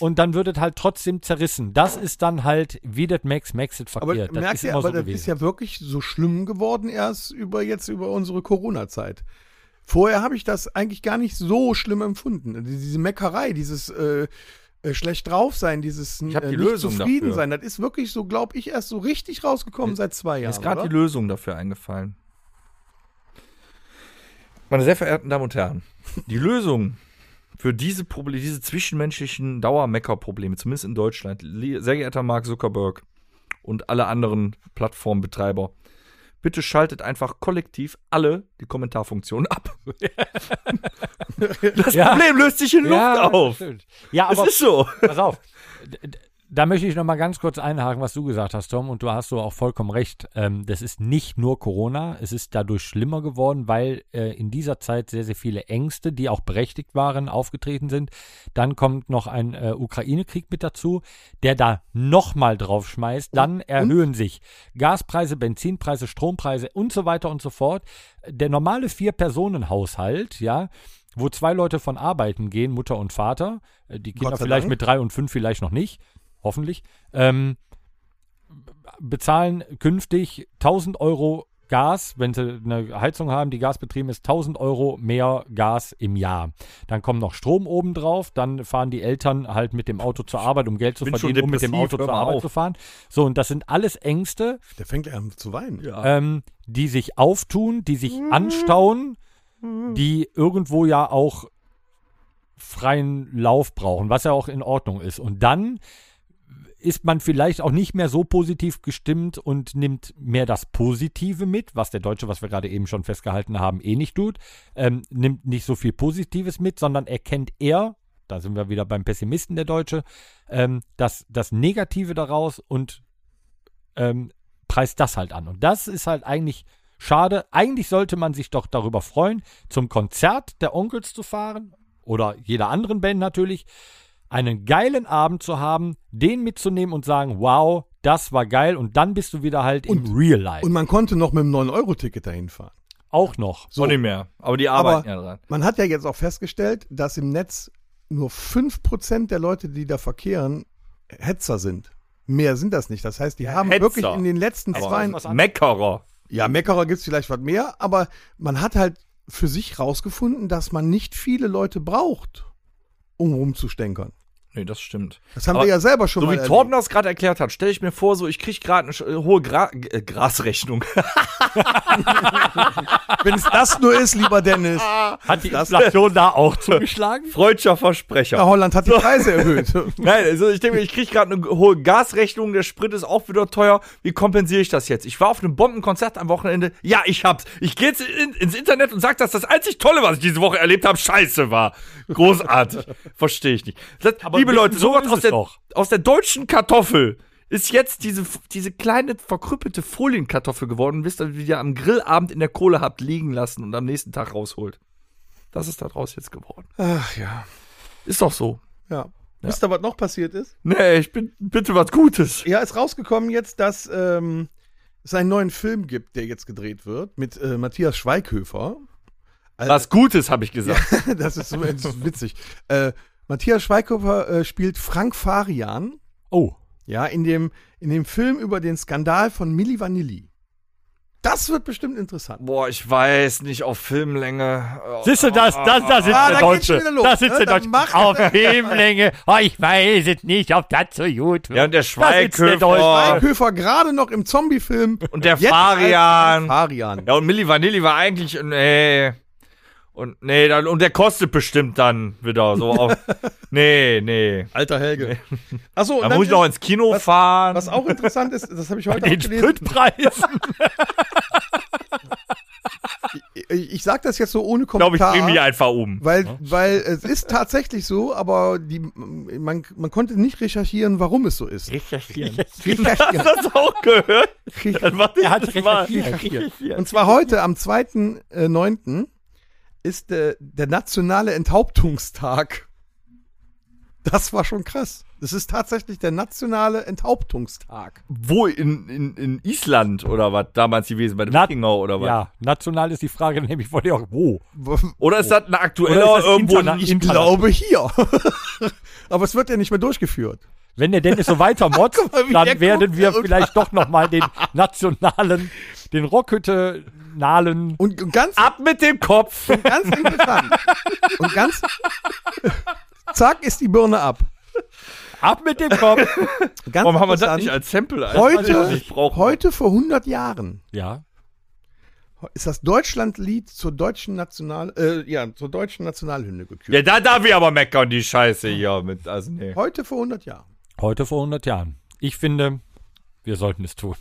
S2: und dann wird es halt trotzdem zerrissen. Das ist dann halt, wie das Max Max it
S3: Aber
S2: verkehrt. das
S3: merkt
S2: ist
S3: ihr,
S2: immer
S3: aber
S2: so
S3: das
S2: gewesen.
S3: ist ja wirklich so schlimm geworden erst über jetzt über unsere Corona-Zeit. Vorher habe ich das eigentlich gar nicht so schlimm empfunden. Diese Meckerei, dieses äh, äh, schlecht drauf sein, dieses äh,
S4: Ich hab die
S3: nicht
S4: Lösung
S3: zufrieden
S4: dafür.
S3: sein, das ist wirklich so, glaube ich, erst so richtig rausgekommen seit zwei
S4: Mir
S3: Jahren.
S4: ist gerade die
S3: oder?
S4: Lösung dafür eingefallen. Meine sehr verehrten Damen und Herren, die Lösung für diese, Proble diese zwischenmenschlichen Dauermecker-Probleme, zumindest in Deutschland, li- sehr geehrter Mark Zuckerberg und alle anderen Plattformbetreiber, bitte schaltet einfach kollektiv alle die Kommentarfunktion
S2: [LAUGHS]
S4: ab. das
S2: Ja.
S4: Problem löst sich in Luft
S2: ja,
S4: auf.
S2: stimmt. Ja,
S4: Es
S2: aber
S4: ist so.
S2: pass auf. D- d- Da möchte ich noch mal ganz kurz einhaken, was du gesagt hast, Tom, und du hast so auch vollkommen recht. Ähm, das ist nicht nur Corona, es ist dadurch schlimmer geworden, weil äh, in dieser Zeit sehr, sehr viele Ängste, die auch berechtigt waren, aufgetreten sind. Dann kommt noch ein äh, Ukraine-Krieg mit dazu, der da nochmal draufschmeißt. Dann erhöhen sich Gaspreise, Benzinpreise, Strompreise und so weiter und so fort. Der normale Vier-Personen-Haushalt, ja, wo zwei Leute von arbeiten gehen, Mutter und Vater, äh, die Kinder
S3: Gott sei
S2: vielleicht
S3: Dank.
S2: mit drei und fünf vielleicht noch nicht, hoffentlich, ähm, bezahlen künftig 1000 Euro Gas, wenn sie eine Heizung haben, die gasbetrieben ist, 1000 Euro mehr Gas im Jahr. Dann kommt noch Strom obendrauf, dann fahren die Eltern halt mit dem Auto zur Arbeit, um Geld zu
S4: Bin schon
S2: verdienen, um mit dem
S4: depressiv,
S2: Auto
S4: hör
S2: zur
S4: mal
S2: Arbeit
S4: auf.
S2: zu fahren. So, und das sind alles Ängste,
S3: Der fängt an zu weinen.
S2: ähm, die sich auftun, die sich anstauen, die irgendwo ja auch freien Lauf brauchen, was ja auch in Ordnung ist. Und dann ist man vielleicht auch nicht mehr so positiv gestimmt und nimmt mehr das Positive mit, was der Deutsche, was wir gerade eben schon festgehalten haben, eh nicht tut, ähm, nimmt nicht so viel Positives mit, sondern erkennt eher, da sind wir wieder beim Pessimisten der Deutsche, ähm, das, das Negative daraus und ähm, preist das halt an. Und das ist halt eigentlich schade. Eigentlich sollte man sich doch darüber freuen, zum Konzert der Onkels zu fahren oder jeder anderen Band natürlich, einen geilen Abend zu haben, den mitzunehmen und sagen, wow, das war geil und dann bist du wieder halt im Real Life.
S3: Und man konnte noch mit einem 9-Euro-Ticket dahin fahren.
S2: auch noch.
S4: So nicht mehr. Aber die arbeiten ja dran.
S3: Man hat ja jetzt auch festgestellt, dass im Netz nur 5% der Leute, die da verkehren, Hetzer sind. Mehr sind das nicht. Das heißt, die haben
S4: Hetzer.
S3: wirklich in den letzten zwei
S2: was-
S4: Meckerer.
S3: Ja, Meckerer gibt's vielleicht was mehr, aber man hat halt für sich rausgefunden, dass man nicht viele Leute braucht, um rumzustänkern.
S4: Nee, das stimmt.
S3: Das haben
S4: Aber
S3: wir ja selber schon
S4: So
S3: mal
S4: wie
S3: erlebt.
S4: Torben das gerade erklärt hat, stelle ich mir vor, so ich kriege gerade eine sch- äh, hohe Gra äh, Grasrechnung.
S3: Wenn es das nur ist, lieber [LAUGHS] Dennis.
S2: Hat die
S4: [LAUGHS]
S2: Inflation da auch zugeschlagen?
S4: Freudscher
S3: Ja,
S4: Versprecher.
S3: Holland hat die Preise erhöht. [LAUGHS]
S4: Nein, also ich denke, mir, ich kriege gerade eine hohe Gasrechnung, der Sprit ist auch wieder teuer. Wie kompensiere ich das jetzt? Ich war auf einem Bombenkonzert am Wochenende. Ja, ich hab's. Ich gehe jetzt in, ins Internet und sag, dass das einzig Tolle, was ich diese Woche erlebt habe, scheiße war.
S2: [LAUGHS]
S4: Großartig. Verstehe ich nicht. Das,
S2: Aber
S4: liebe
S2: ein bisschen
S4: Leute,
S2: so
S4: sowas
S2: ist
S4: aus
S2: es
S4: der,
S2: doch.
S4: aus der deutschen Kartoffel ist jetzt diese, diese kleine verkrüppelte Folienkartoffel geworden. Wisst ihr, wie ihr am Grillabend in der Kohle habt liegen lassen und am nächsten Tag rausholt. Das ist daraus jetzt geworden.
S3: Ach ja.
S4: Ist doch so.
S3: Ja. Wisst ihr, was noch passiert ist?
S4: Nee, ich bin bitte was Gutes.
S3: Ja, ist rausgekommen jetzt, dass ähm, es einen neuen Film gibt, der jetzt gedreht wird, mit äh, Matthias Schweighöfer.
S4: Was Gutes, habe ich gesagt.
S3: [LAUGHS] das ist so das ist witzig. Äh, Matthias Schweighöfer äh, spielt Frank Farian.
S2: Oh,
S3: Ja, in dem, in dem Film über den Skandal von Milli Vanilli. Das wird bestimmt interessant.
S4: Boah, ich weiß nicht, auf Filmlänge. Oh,
S2: siehst du das? Das, das ist
S3: Ah,
S2: der
S3: da geht's
S2: Deutsche.
S3: schon wieder los,
S2: Das ist
S3: ne?
S2: der
S3: Dann
S2: Deutsche.
S3: macht- [LAUGHS]
S2: Auf Filmlänge. Oh, ich weiß es nicht, ob das so gut wird.
S4: Ja, und der
S2: ist der
S4: Schweighöfer.
S2: Deutsche.
S3: Schweighöfer gerade noch im Zombie-Film.
S4: Und der
S3: Jetzt als
S4: Farian.
S3: Farian.
S4: Ja, und Milli Vanilli war eigentlich, nee. Und nee, dann, und der kostet bestimmt dann wieder so auf. nee, nee.
S3: Alter Helge. Achso, und
S4: Da
S3: dann
S4: muss ich noch
S3: ist-
S4: ins Kino
S3: was-
S4: fahren.
S3: was auch interessant ist, das habe ich heute auch
S2: Den
S3: gelesen.
S2: Spritpreis.
S3: [LAUGHS] Ich, ich sage das jetzt so ohne
S4: ich glaube,
S3: Kommentar.
S4: ich bringe mich einfach um.
S3: Weil, weil es ist tatsächlich so, aber die, man, man konnte nicht recherchieren, warum es so ist.
S4: Hast du das auch gehört? Dann mach ich
S2: Er hat
S4: das
S2: [LAUGHS]
S4: mal.
S2: recherchiert.
S3: Und zwar heute, am 2.9., ist der, der nationale Enthauptungstag. Das war schon krass. Es ist tatsächlich der nationale Enthauptungstag.
S4: Wo? In, in, in Island oder was damals gewesen? Bei den
S2: Na-
S4: Wikinger oder was?
S2: Ja, national ist die Frage nämlich von dir auch, wo?
S4: Oder ist das ein aktueller
S2: Oder ist das
S4: irgendwo?
S2: interna-
S4: in-
S3: Ich
S2: Internet.
S3: glaube hier. [LAUGHS] aber es wird ja nicht mehr durchgeführt.
S2: Wenn der Dennis so
S3: [LAUGHS]
S2: weiter motzt,
S3: mal, wie der
S2: dann werden
S3: guckt,
S2: wir
S3: der Ulf.
S2: vielleicht doch nochmal den nationalen, den Rockhütte-nalen
S3: Und, und ganz
S4: Ab mit dem Kopf!
S3: ganz interessant. Und ganz. [LAUGHS] Zack, ist die Birne ab.
S2: ab mit dem Kopf.
S4: [LAUGHS]
S3: Ganz
S4: Warum haben wir das
S3: interessant.
S4: nicht als Sample? Alter?
S3: heute,
S4: Ich brauch-
S3: heute vor 100 Jahren
S2: Ja,
S3: ist das Deutschlandlied zur deutschen National äh, ja zur deutschen Nationalhymne gekürt.
S4: Ja, da darf ich aber meckern, die Scheiße hier. Mit, also, nee.
S3: Heute vor 100 Jahren.
S2: heute vor 100 Jahren. Ich finde, wir sollten es tun.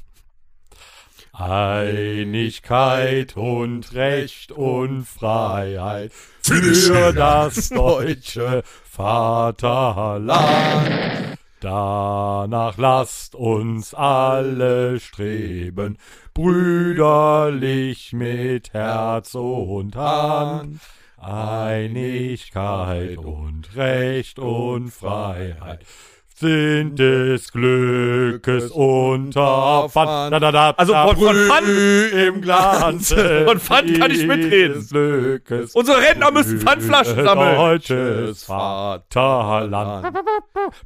S2: Einigkeit und Recht und Freiheit für das deutsche Vaterland. Danach lasst uns alle streben, brüderlich mit Herz und Hand. Einigkeit und Recht und Freiheit sind des Glückes Unterpfand. Da, da, da,
S4: Also
S2: da,
S4: von- von Pfand-
S2: Brüh im Glanze.
S4: [LAUGHS] Von Pfand kann ich mitreden.
S2: des Glückes
S4: Unsere Rentner müssen Pfandflaschen
S3: Oh,
S4: sammeln.
S2: Deutsches Vaterland.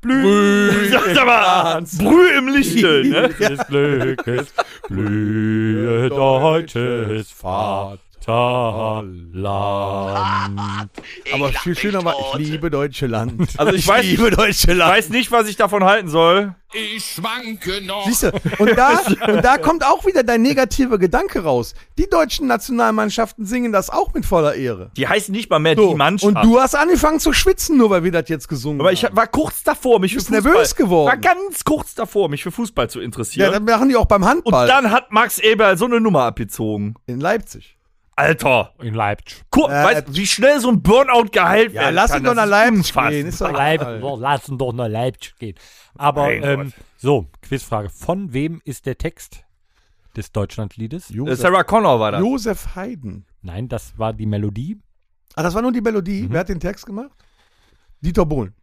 S2: Blühe
S4: Sag mal, Brühe
S3: [LAUGHS]
S4: im Lichte, ne?
S2: des Glückes. Blühe deutsches Vaterland.
S3: Aber viel schöner war, ich liebe deutsche Land.
S4: [LAUGHS] Also ich weiß,
S3: liebe deutsche Land.
S4: weiß nicht, was ich davon halten soll.
S1: Ich schwanke noch.
S3: Siehste, und
S4: [LAUGHS]
S3: da, und da kommt auch wieder dein negativer Gedanke raus. Die deutschen Nationalmannschaften singen das auch mit voller Ehre.
S4: Die heißen nicht mal mehr
S3: So,
S4: die
S3: und
S4: Mannschaft.
S3: du hast angefangen zu schwitzen, nur weil wir das jetzt gesungen
S4: aber
S3: haben.
S4: ich war kurz davor, mich für
S3: bist nervös geworden.
S4: War ganz kurz davor, mich für Fußball zu
S3: ja,
S4: interessieren.
S3: das machen die auch beim
S4: und
S3: Handball
S4: dann hat Max Eberl so eine Nummer abgezogen.
S3: in Leipzig.
S4: Alter,
S2: In Leipzig.
S4: kur
S3: Äh,
S4: weißt du, wie schnell so ein Burnout geheilt
S3: Ja,
S4: werden
S3: lass
S4: kann?
S3: ihn doch
S4: Das
S3: nach
S4: ist
S3: Leipzig
S4: unfassbar.
S3: gehen. Ist doch
S2: Leipzig,
S3: egal.
S2: doch, lassen doch nach Leipzig gehen. Aber
S4: Mein
S2: ähm, so, Quizfrage. Von wem ist der Text des Deutschlandliedes?
S4: Äh,
S3: Josef,
S4: Sarah Connor war das.
S3: Josef Haydn.
S2: Nein, das war die Melodie.
S3: Ah, das war nur die Melodie. Wer hat den Text gemacht? Dieter Bohlen.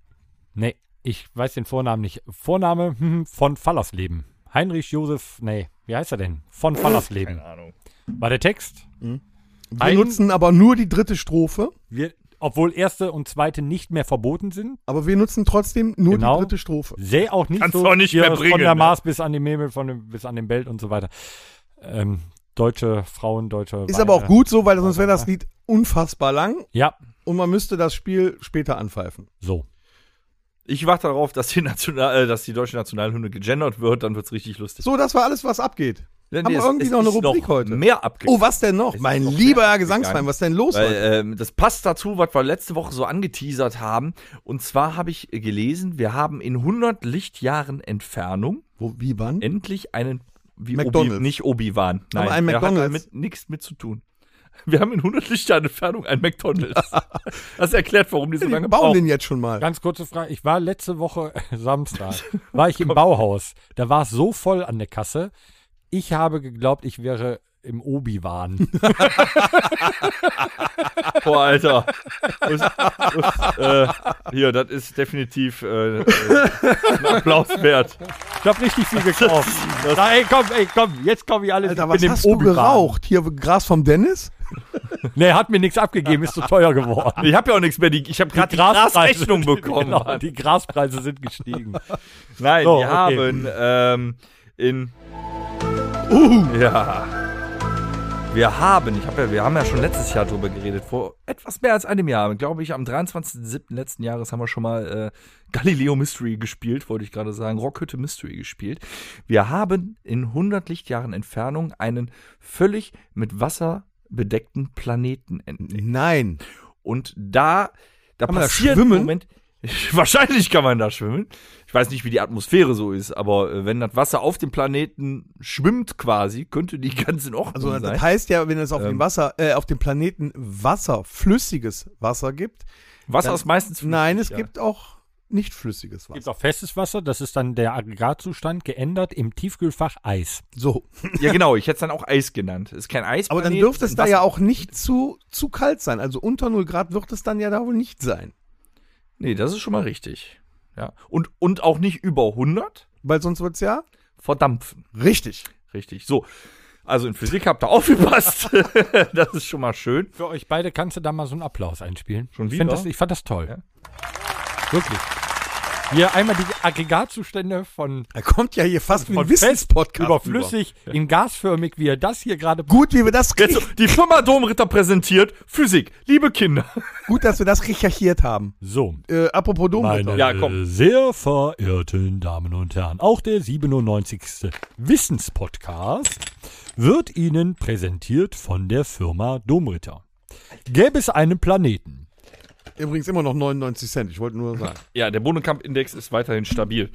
S2: Nee, ich weiß den Vornamen nicht. Vorname hm, von Fallersleben. Heinrich Josef, nee, wie heißt er denn? Von Fallersleben.
S4: Keine Ahnung.
S2: War der Text?
S3: Wir
S2: Haydn?
S3: nutzen aber nur die dritte Strophe,
S2: Wir, obwohl erste und zweite nicht mehr verboten sind,
S3: aber wir nutzen trotzdem nur
S2: Genau.
S3: die dritte Strophe.
S2: sähe auch nicht
S4: Kannst
S2: so
S4: du auch nicht
S2: hier
S4: mehr bringen,
S2: von der
S4: ne?
S2: Mars bis an den Memel, von dem, bis an den Belt und so weiter. Ähm, deutsche Frauen, deutsche
S3: Ist
S2: Weine.
S3: aber auch gut so, weil sonst wäre das Lied unfassbar lang
S2: Ja,
S3: und man müsste das Spiel später anpfeifen.
S2: so.
S4: Ich warte darauf, dass die, National, äh, dass die deutsche Nationalhymne gegendert wird, dann wird's richtig lustig.
S3: So, das war alles, was abgeht.
S4: Denn
S3: Haben wir
S4: es-
S3: irgendwie
S4: es
S3: noch eine
S4: ist
S3: Rubrik heute?
S4: Mehr abgegangen.
S3: Oh, was denn noch?
S4: ist
S3: Mein
S4: noch mehr
S3: lieber Herr
S4: abgegangen.
S3: Gesangsverein, was denn los? heute?
S4: Weil, ähm, das passt dazu, was wir letzte Woche so angeteasert haben. Und zwar habe ich gelesen, wir haben in 100 Lichtjahren Entfernung
S3: Wo, wie wann?
S4: endlich einen wie
S3: McDonald's.
S4: Obi, nicht Obi-Wan. Nein,
S3: einen
S4: der hat
S3: McDonald's.
S4: damit nichts mit zu tun. Wir haben in 100 Lichtjahren Entfernung einen McDonald's. das erklärt, warum die so
S3: Wir
S4: lange
S3: bauen
S4: brauchen.
S3: den jetzt schon mal.
S2: Ganz kurze Frage. Ich war letzte Woche [LAUGHS]
S3: [LAUGHS]
S2: Samstag, war ich im Bauhaus. Da war es so voll an der Kasse. Ich habe geglaubt, ich wäre im Obi-Wan.
S4: Boah, Alter. Und, äh, hier, das ist definitiv äh, äh, ein Applaus wert.
S2: Ich habe richtig
S3: [LAUGHS]
S2: viel gekauft. Na, ey, komm, ey, komm, jetzt komme ich alles.
S3: Alter,
S2: ich
S3: was
S2: bin
S3: hast
S2: im
S3: du
S2: Obi-Wan.
S3: geraucht? Hier Gras vom Dennis?
S2: Nee, hat mir nichts abgegeben, ist zu teuer
S3: [LAUGHS]
S2: geworden.
S4: Ich habe ja auch nichts mehr. Die, ich habe gerade die
S2: Graspreise- [LAUGHS]
S4: Grasrechnung bekommen.
S2: Genau,
S4: Mann.
S2: die Graspreise sind
S3: [LAUGHS]
S2: gestiegen.
S4: Nein,
S2: So, okay.
S4: wir haben ähm, in. Ja. Wir haben, ich habe ja, wir haben ja schon letztes Jahr drüber geredet, vor etwas mehr als einem Jahr, glaube ich, am 23.07. letzten Jahres haben wir schon mal äh, Galileo Mystery gespielt, wollte ich gerade sagen, Rockhütte Mystery gespielt. Wir haben in 100 Lichtjahren Entfernung einen völlig mit Wasser bedeckten Planeten entdeckt.
S3: Nein.
S4: Und da, da
S3: Kann man da
S4: passiert
S3: schwimmen?
S4: im Moment. [LAUGHS] Wahrscheinlich kann man da schwimmen. Ich weiß nicht, wie die Atmosphäre so ist, aber äh, wenn das Wasser auf dem Planeten schwimmt quasi, könnte die [LAUGHS] ganz in Ordnung
S3: Also das
S4: sein.
S3: heißt ja, wenn es auf dem
S4: Ähm.
S3: Wasser, äh, auf dem Planeten Wasser, flüssiges Wasser gibt.
S4: Wasser
S3: dann-
S4: ist meistens flüssig,
S3: Nein, es
S4: ja.
S3: gibt auch nicht flüssiges
S2: Gibt
S3: Wasser.
S2: auch festes Wasser, das ist dann der Aggregatzustand geändert im Tiefkühlfach Eis.
S3: So.
S4: Ja, genau, ich hätte es dann auch Eis genannt. Ist kein Eis.
S3: Aber dann dürfte es da ja auch nicht zu, zu kalt sein. Also unter 0 Grad wird es dann ja da wohl nicht sein.
S4: Nee, das ist schon mal richtig. Ja. Und, und auch nicht über 100
S3: Weil sonst wird es ja
S4: verdampfen.
S3: richtig.
S4: Richtig. So. Also in Physik habt ihr [LAUGHS] aufgepasst. das ist schon mal schön.
S2: Für euch beide kannst du da mal so einen Applaus einspielen.
S4: Schon
S2: ich,
S4: wieder?
S2: find das, ich fand das toll.
S4: Wirklich.
S2: Hier einmal die Aggregatzustände von,
S3: Er kommt ja hier fast wie
S2: von
S3: ein
S2: fest
S3: Wissenspodcast.
S2: über flüssig in gasförmig, wie ihr das hier gerade
S3: Gut, wie wir das
S4: Jetzt,
S3: kriegen.
S4: so, die Firma Domritter präsentiert Physik. Liebe Kinder.
S3: [LAUGHS] Gut, dass wir das recherchiert haben.
S2: so.
S3: Äh, apropos Domritter.
S2: Meine
S4: Ja, komm.
S2: äh, sehr verehrten Damen und Herren, auch der 97. Wissenspodcast wird Ihnen präsentiert von der Firma Domritter. Gäbe es einen Planeten,
S3: Übrigens immer noch 99 Cent. Ich wollte nur sagen.
S4: Ja, der Bohnenkamp-Index ist weiterhin stabil.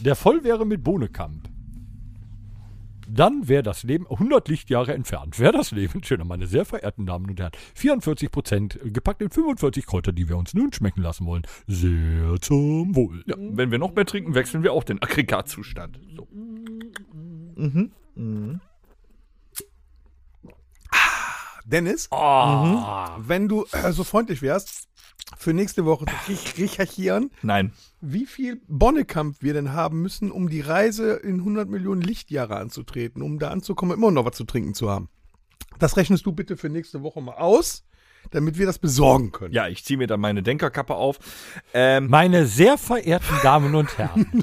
S2: der voll wäre mit Bohnekamp, dann wäre das Leben 100 Lichtjahre entfernt. Wäre das Leben, [LAUGHS] schöner meine sehr verehrten Damen und Herren, 44 Prozent äh, gepackt in 45 Kräuter, die wir uns nun schmecken lassen wollen. Sehr zum Wohl.
S4: Ja, wenn wir noch mehr trinken, wechseln wir auch den Aggregatzustand. So.
S3: Dennis,
S4: Ah.
S3: wenn du äh, so freundlich wärst, für nächste Woche zu rech- recherchieren,
S4: Nein.
S3: wie viel Bonnekamp wir denn haben müssen, um die Reise in 100 Millionen Lichtjahre anzutreten, um da anzukommen, immer noch was zu trinken zu haben. Das rechnest du bitte für nächste Woche mal aus, damit wir das besorgen können.
S4: Ja, ich ziehe mir dann meine Denkerkappe auf. Ähm,
S2: Meine sehr verehrten Damen und Herren,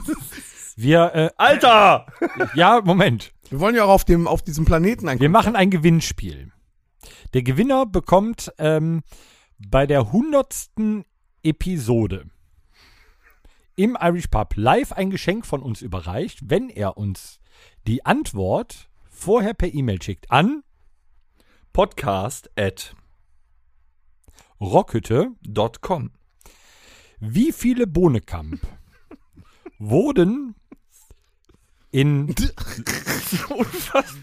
S2: wir äh, ah,
S4: Alter!
S2: Ja, Moment.
S3: Wir wollen ja auch auf, dem, auf diesem Planeten
S2: Wir
S3: ankommen.
S2: machen ein Gewinnspiel. Der Gewinner bekommt ähm, bei der hundertsten Episode im Irish Pub live ein Geschenk von uns überreicht, wenn er uns die Antwort vorher per E-Mail schickt an
S4: Podcast at
S2: Rockhütte.
S4: .com.
S2: Wie viele Bohnekamp wurden in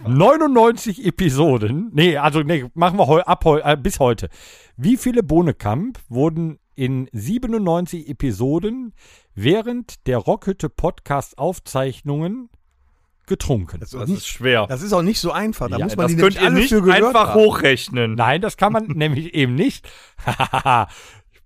S2: 99 Episoden, nee, also nee, machen wir heu, ab, heu, äh, bis heute. Wie viele Bohnekamp wurden in 97 Episoden während der Rockhütte Podcast Aufzeichnungen getrunken?
S3: Das ist, auch
S4: Das ist
S3: nicht,
S4: schwer.
S3: das ist auch nicht so einfach. Da
S2: Ja,
S3: muss man
S4: Das
S3: die
S4: könnt
S3: nämlich
S4: ihr
S3: alle
S4: nicht
S3: für gehört
S4: einfach
S3: haben.
S4: hochrechnen.
S2: Nein, das kann
S4: [LAUGHS]
S2: man nämlich eben nicht. [LAUGHS]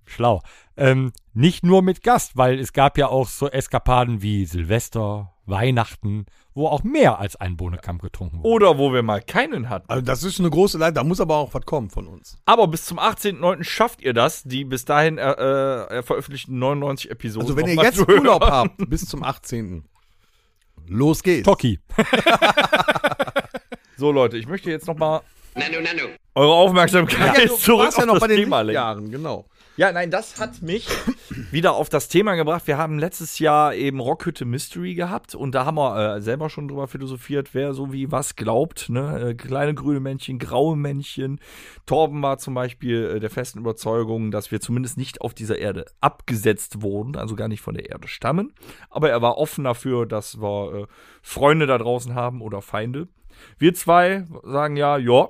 S2: Schlau. Ähm, nicht nur mit Gast, weil es gab ja auch so Eskapaden wie Silvester, Weihnachten, wo auch mehr als ein Bohnenkamm getrunken wurde.
S4: Oder wo wir mal keinen hatten.
S3: Also das ist eine große Leid, da muss aber auch was kommen von uns.
S4: Aber bis zum 18.09. schafft ihr das, die bis dahin äh, äh, veröffentlichten 99 Episoden.
S3: Also wenn
S4: noch
S3: ihr
S4: mal
S3: jetzt
S4: zu hören.
S3: Urlaub habt, bis zum 18. Los geht's.
S2: Toki.
S4: So Leute, ich möchte jetzt nochmal
S6: Nano, nano.
S4: eure Aufmerksamkeit
S3: du
S4: [LAUGHS] zurück
S3: warst ja
S4: auf
S3: noch
S4: das
S3: bei den
S4: Thema lenken.
S3: Jahren, genau.
S4: Ja, nein, das hat mich wieder auf das Thema gebracht. Wir haben letztes Jahr eben Rockhütte Mystery gehabt und da haben wir äh, selber schon drüber philosophiert, wer so wie was glaubt. Ne? Äh, kleine grüne Männchen, graue Männchen. Torben war zum Beispiel äh, der festen Überzeugung, dass wir zumindest nicht auf dieser Erde abgesetzt wurden, also gar nicht von der Erde stammen. Aber er war offen dafür, dass wir äh, Freunde da draußen haben oder Feinde. Wir zwei sagen ja, ja,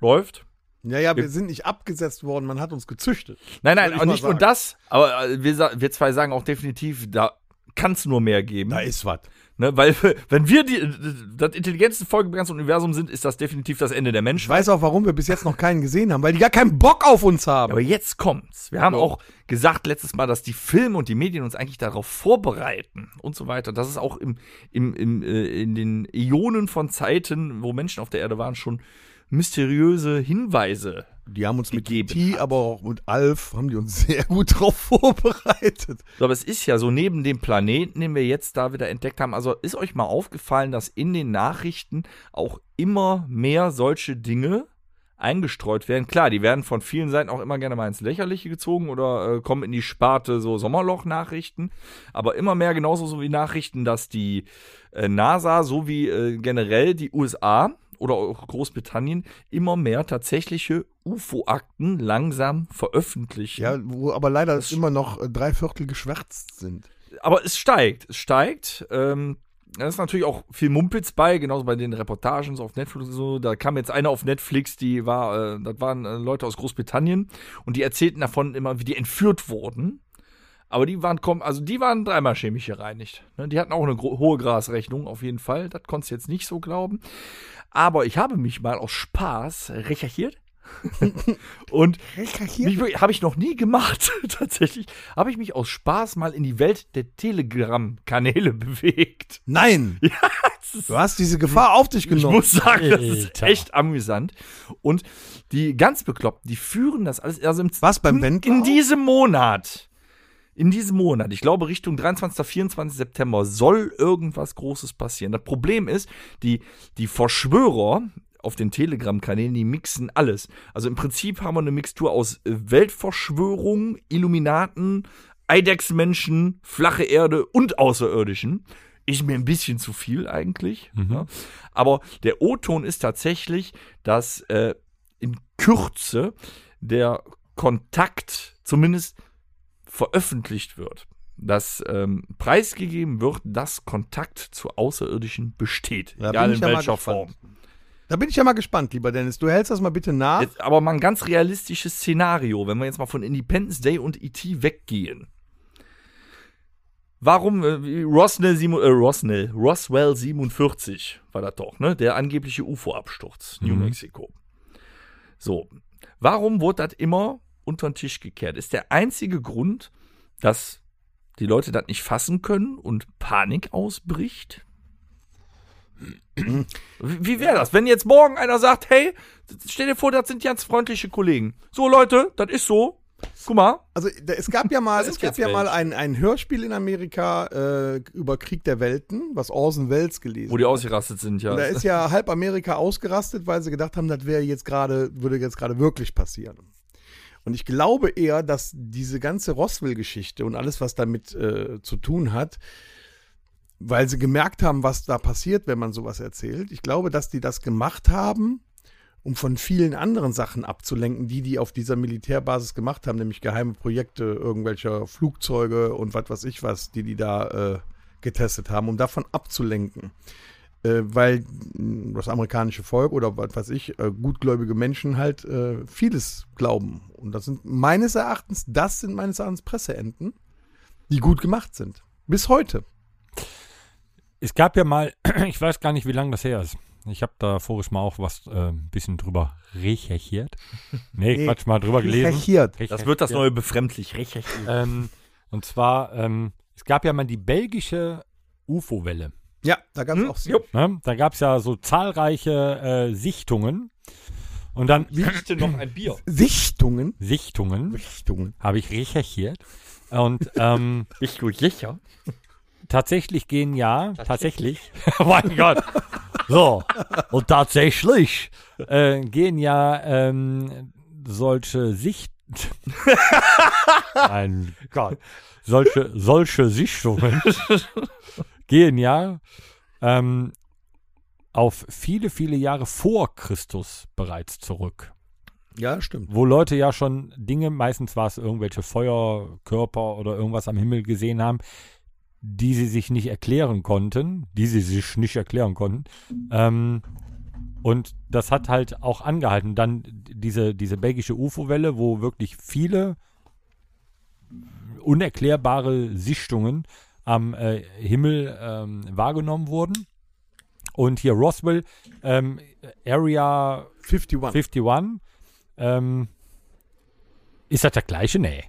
S4: läuft.
S3: Ja, ja, wir sind nicht abgesetzt worden, man hat uns gezüchtet.
S4: Nein, nein,
S3: Wollte ich
S4: und
S3: mal
S4: nicht nur
S3: sagen.
S4: das, aber äh, wir, sa- wir zwei sagen auch definitiv, da kann es nur mehr geben.
S3: ist was.
S4: Ne? Weil, [LAUGHS] wenn wir die, das intelligenteste Volk im ganzen Universum sind, ist das definitiv das Ende der
S3: Ich
S4: Menschheit.
S3: weiß auch, warum wir bis jetzt noch keinen gesehen haben, weil die gar keinen Bock auf uns haben.
S4: Aber jetzt kommt's. Wir haben
S3: Ja.
S4: auch gesagt letztes Mal, dass die Filme und die Medien uns eigentlich darauf vorbereiten und so weiter. Dass es auch im, im, im, äh, in den Ionen von Zeiten, wo Menschen auf der Erde waren, schon mysteriöse Hinweise
S3: die haben uns mit
S4: gegeben
S3: T, aber auch mit Alf haben die uns [LAUGHS] sehr gut drauf vorbereitet.
S4: So, aber es ist ja so, neben dem Planeten, den wir jetzt da wieder entdeckt haben, also ist euch mal aufgefallen, dass in den Nachrichten auch immer mehr solche Dinge eingestreut werden. Klar, die werden von vielen Seiten auch immer gerne mal ins Lächerliche gezogen oder äh, kommen in die Sparte so Sommerloch-Nachrichten. Aber immer mehr genauso so wie Nachrichten, dass die äh, NASA sowie äh, generell die USA oder auch Großbritannien immer mehr tatsächliche UFO-Akten langsam veröffentlichen.
S3: Ja, wo aber leider immer noch äh, drei Viertel geschwärzt sind.
S4: aber es steigt, es steigt. Ähm, da ist natürlich auch viel Mumpitz bei, genauso bei den Reportagen so auf Netflix und so. Da kam jetzt eine auf Netflix, die war, äh, das waren äh, Leute aus Großbritannien und die erzählten davon immer, wie die entführt wurden. Aber die waren, kom- also die waren dreimal chemisch gereinigt. Ne, Die hatten auch eine gro- hohe Grasrechnung auf jeden Fall. Das konntest du jetzt nicht so glauben. Aber ich habe mich mal aus Spaß recherchiert. und mich wirklich- habe ich noch nie gemacht, [LAUGHS] tatsächlich. Habe ich mich aus Spaß mal in die Welt der Telegram-Kanäle [LAUGHS] bewegt.
S3: [LAUGHS] Nein! du hast diese Gefahr auf dich
S4: Ich
S3: genommen.
S4: muss sagen, das ist
S2: Alter.
S4: echt amüsant. Und die ganz Bekloppten, die führen das alles. Also im
S3: Was, beim
S4: in,
S3: Wendler
S4: in
S3: auch?
S4: diesem Monat. In diesem Monat, ich glaube Richtung 23. 24. September soll irgendwas Großes passieren. Das Problem ist, die, die Verschwörer auf den Telegram-Kanälen, die mixen alles. Also im Prinzip haben wir eine Mixtur aus äh, Weltverschwörung, Illuminaten, Eidechsmenschen, flache Erde und Außerirdischen. Ist mir ein bisschen zu viel eigentlich.
S3: Mhm.
S4: Ja. Aber der O-Ton ist tatsächlich, dass äh, in Kürze der Kontakt zumindest veröffentlicht wird, dass ähm, preisgegeben wird, dass Kontakt zu Außerirdischen besteht,
S3: Da
S4: egal
S3: bin ich
S4: in
S3: ja mal
S4: welcher Form.
S3: gespannt. Da bin ich ja mal gespannt, lieber Dennis. Du hältst das mal bitte nach.
S4: Jetzt aber mal ein ganz realistisches Szenario, wenn wir jetzt mal von Independence Day und E.T. weggehen. Warum äh, wie Rosnell, siemu- äh, Rosnell, Roswell 47 war das doch, ne? Der angebliche UFO-Absturz, New Mexico. So, warum wurde das immer unter den Tisch gekehrt? Ist der einzige Grund, dass die Leute das nicht fassen können und Panik ausbricht? Wie wie wäre das, wenn jetzt morgen einer sagt, hey, stell dir vor, das sind ganz freundliche Kollegen. So Leute, das ist so. Guck mal,
S3: Also da, es gab ja mal,
S4: sind
S3: es gab
S4: jetzt
S3: ja mal
S4: welche.
S3: ein, ein Hörspiel in Amerika äh, über Krieg der Welten, was Orson Welles gelesen
S4: wo die ausgerastet sind, ja.
S3: Und da ist ja halb Amerika ausgerastet, weil sie gedacht haben, das wäre jetzt gerade, würde jetzt gerade wirklich passieren. Und ich glaube eher, dass diese ganze Roswell-Geschichte und alles, was damit äh, zu tun hat, weil sie gemerkt haben, was da passiert, wenn man sowas erzählt. Ich glaube, dass die das gemacht haben, um von vielen anderen Sachen abzulenken, die die auf dieser Militärbasis gemacht haben, nämlich geheime Projekte irgendwelcher Flugzeuge und was weiß ich was, die die da äh, getestet haben, um davon abzulenken äh, weil mh, das amerikanische Volk oder was weiß ich, äh, gutgläubige Menschen halt äh, vieles glauben. Und das sind meines Erachtens, das sind meines Erachtens Presseenten, die gut gemacht sind. Bis heute.
S2: Es gab ja mal, [CLEARS THROAT] ich weiß gar nicht, wie lange das her ist. Ich habe da voriges Mal auch was äh, ein bisschen drüber
S4: [LAUGHS]
S2: recherchiert. Nee,
S3: Nee,
S2: Quatsch, mal drüber gelesen.
S3: Recherchiert.
S4: das wird das neue befremdlich. Recht,
S2: Ähm, und zwar, ähm, es gab ja mal die belgische UFO-Welle.
S3: Ja, da gab es
S4: Hm?
S3: auch sehr.
S2: Ne? Da gab es ja so zahlreiche äh, Sichtungen. Und dann
S4: Riechte noch ein Bier.
S3: Sichtungen.
S2: Sichtungen
S3: Sichtungen.
S2: habe ich recherchiert. Und ähm,
S4: Ich gut, sicher.
S2: tatsächlich gehen ja, tatsächlich, [LAUGHS] oh mein Gott. So, und tatsächlich äh, gehen ja ähm, solche Sicht... mein Gott. Solche, solche Sichtungen gehen ja ähm, auf viele, viele Jahre vor Christus bereits zurück
S3: Ja, stimmt.
S2: wo Leute ja schon Dinge, meistens war es irgendwelche Feuerkörper oder irgendwas am Himmel gesehen haben, die sie sich nicht erklären konnten, die sie sich nicht erklären konnten. Ähm, und das hat halt auch angehalten. Dann diese, diese belgische UFO-Welle, wo wirklich viele unerklärbare Sichtungen am äh, Himmel ähm, wahrgenommen wurden. Und hier Roswell, ähm, Area
S3: 51.
S2: 51. Ähm, ist das der gleiche? Nee.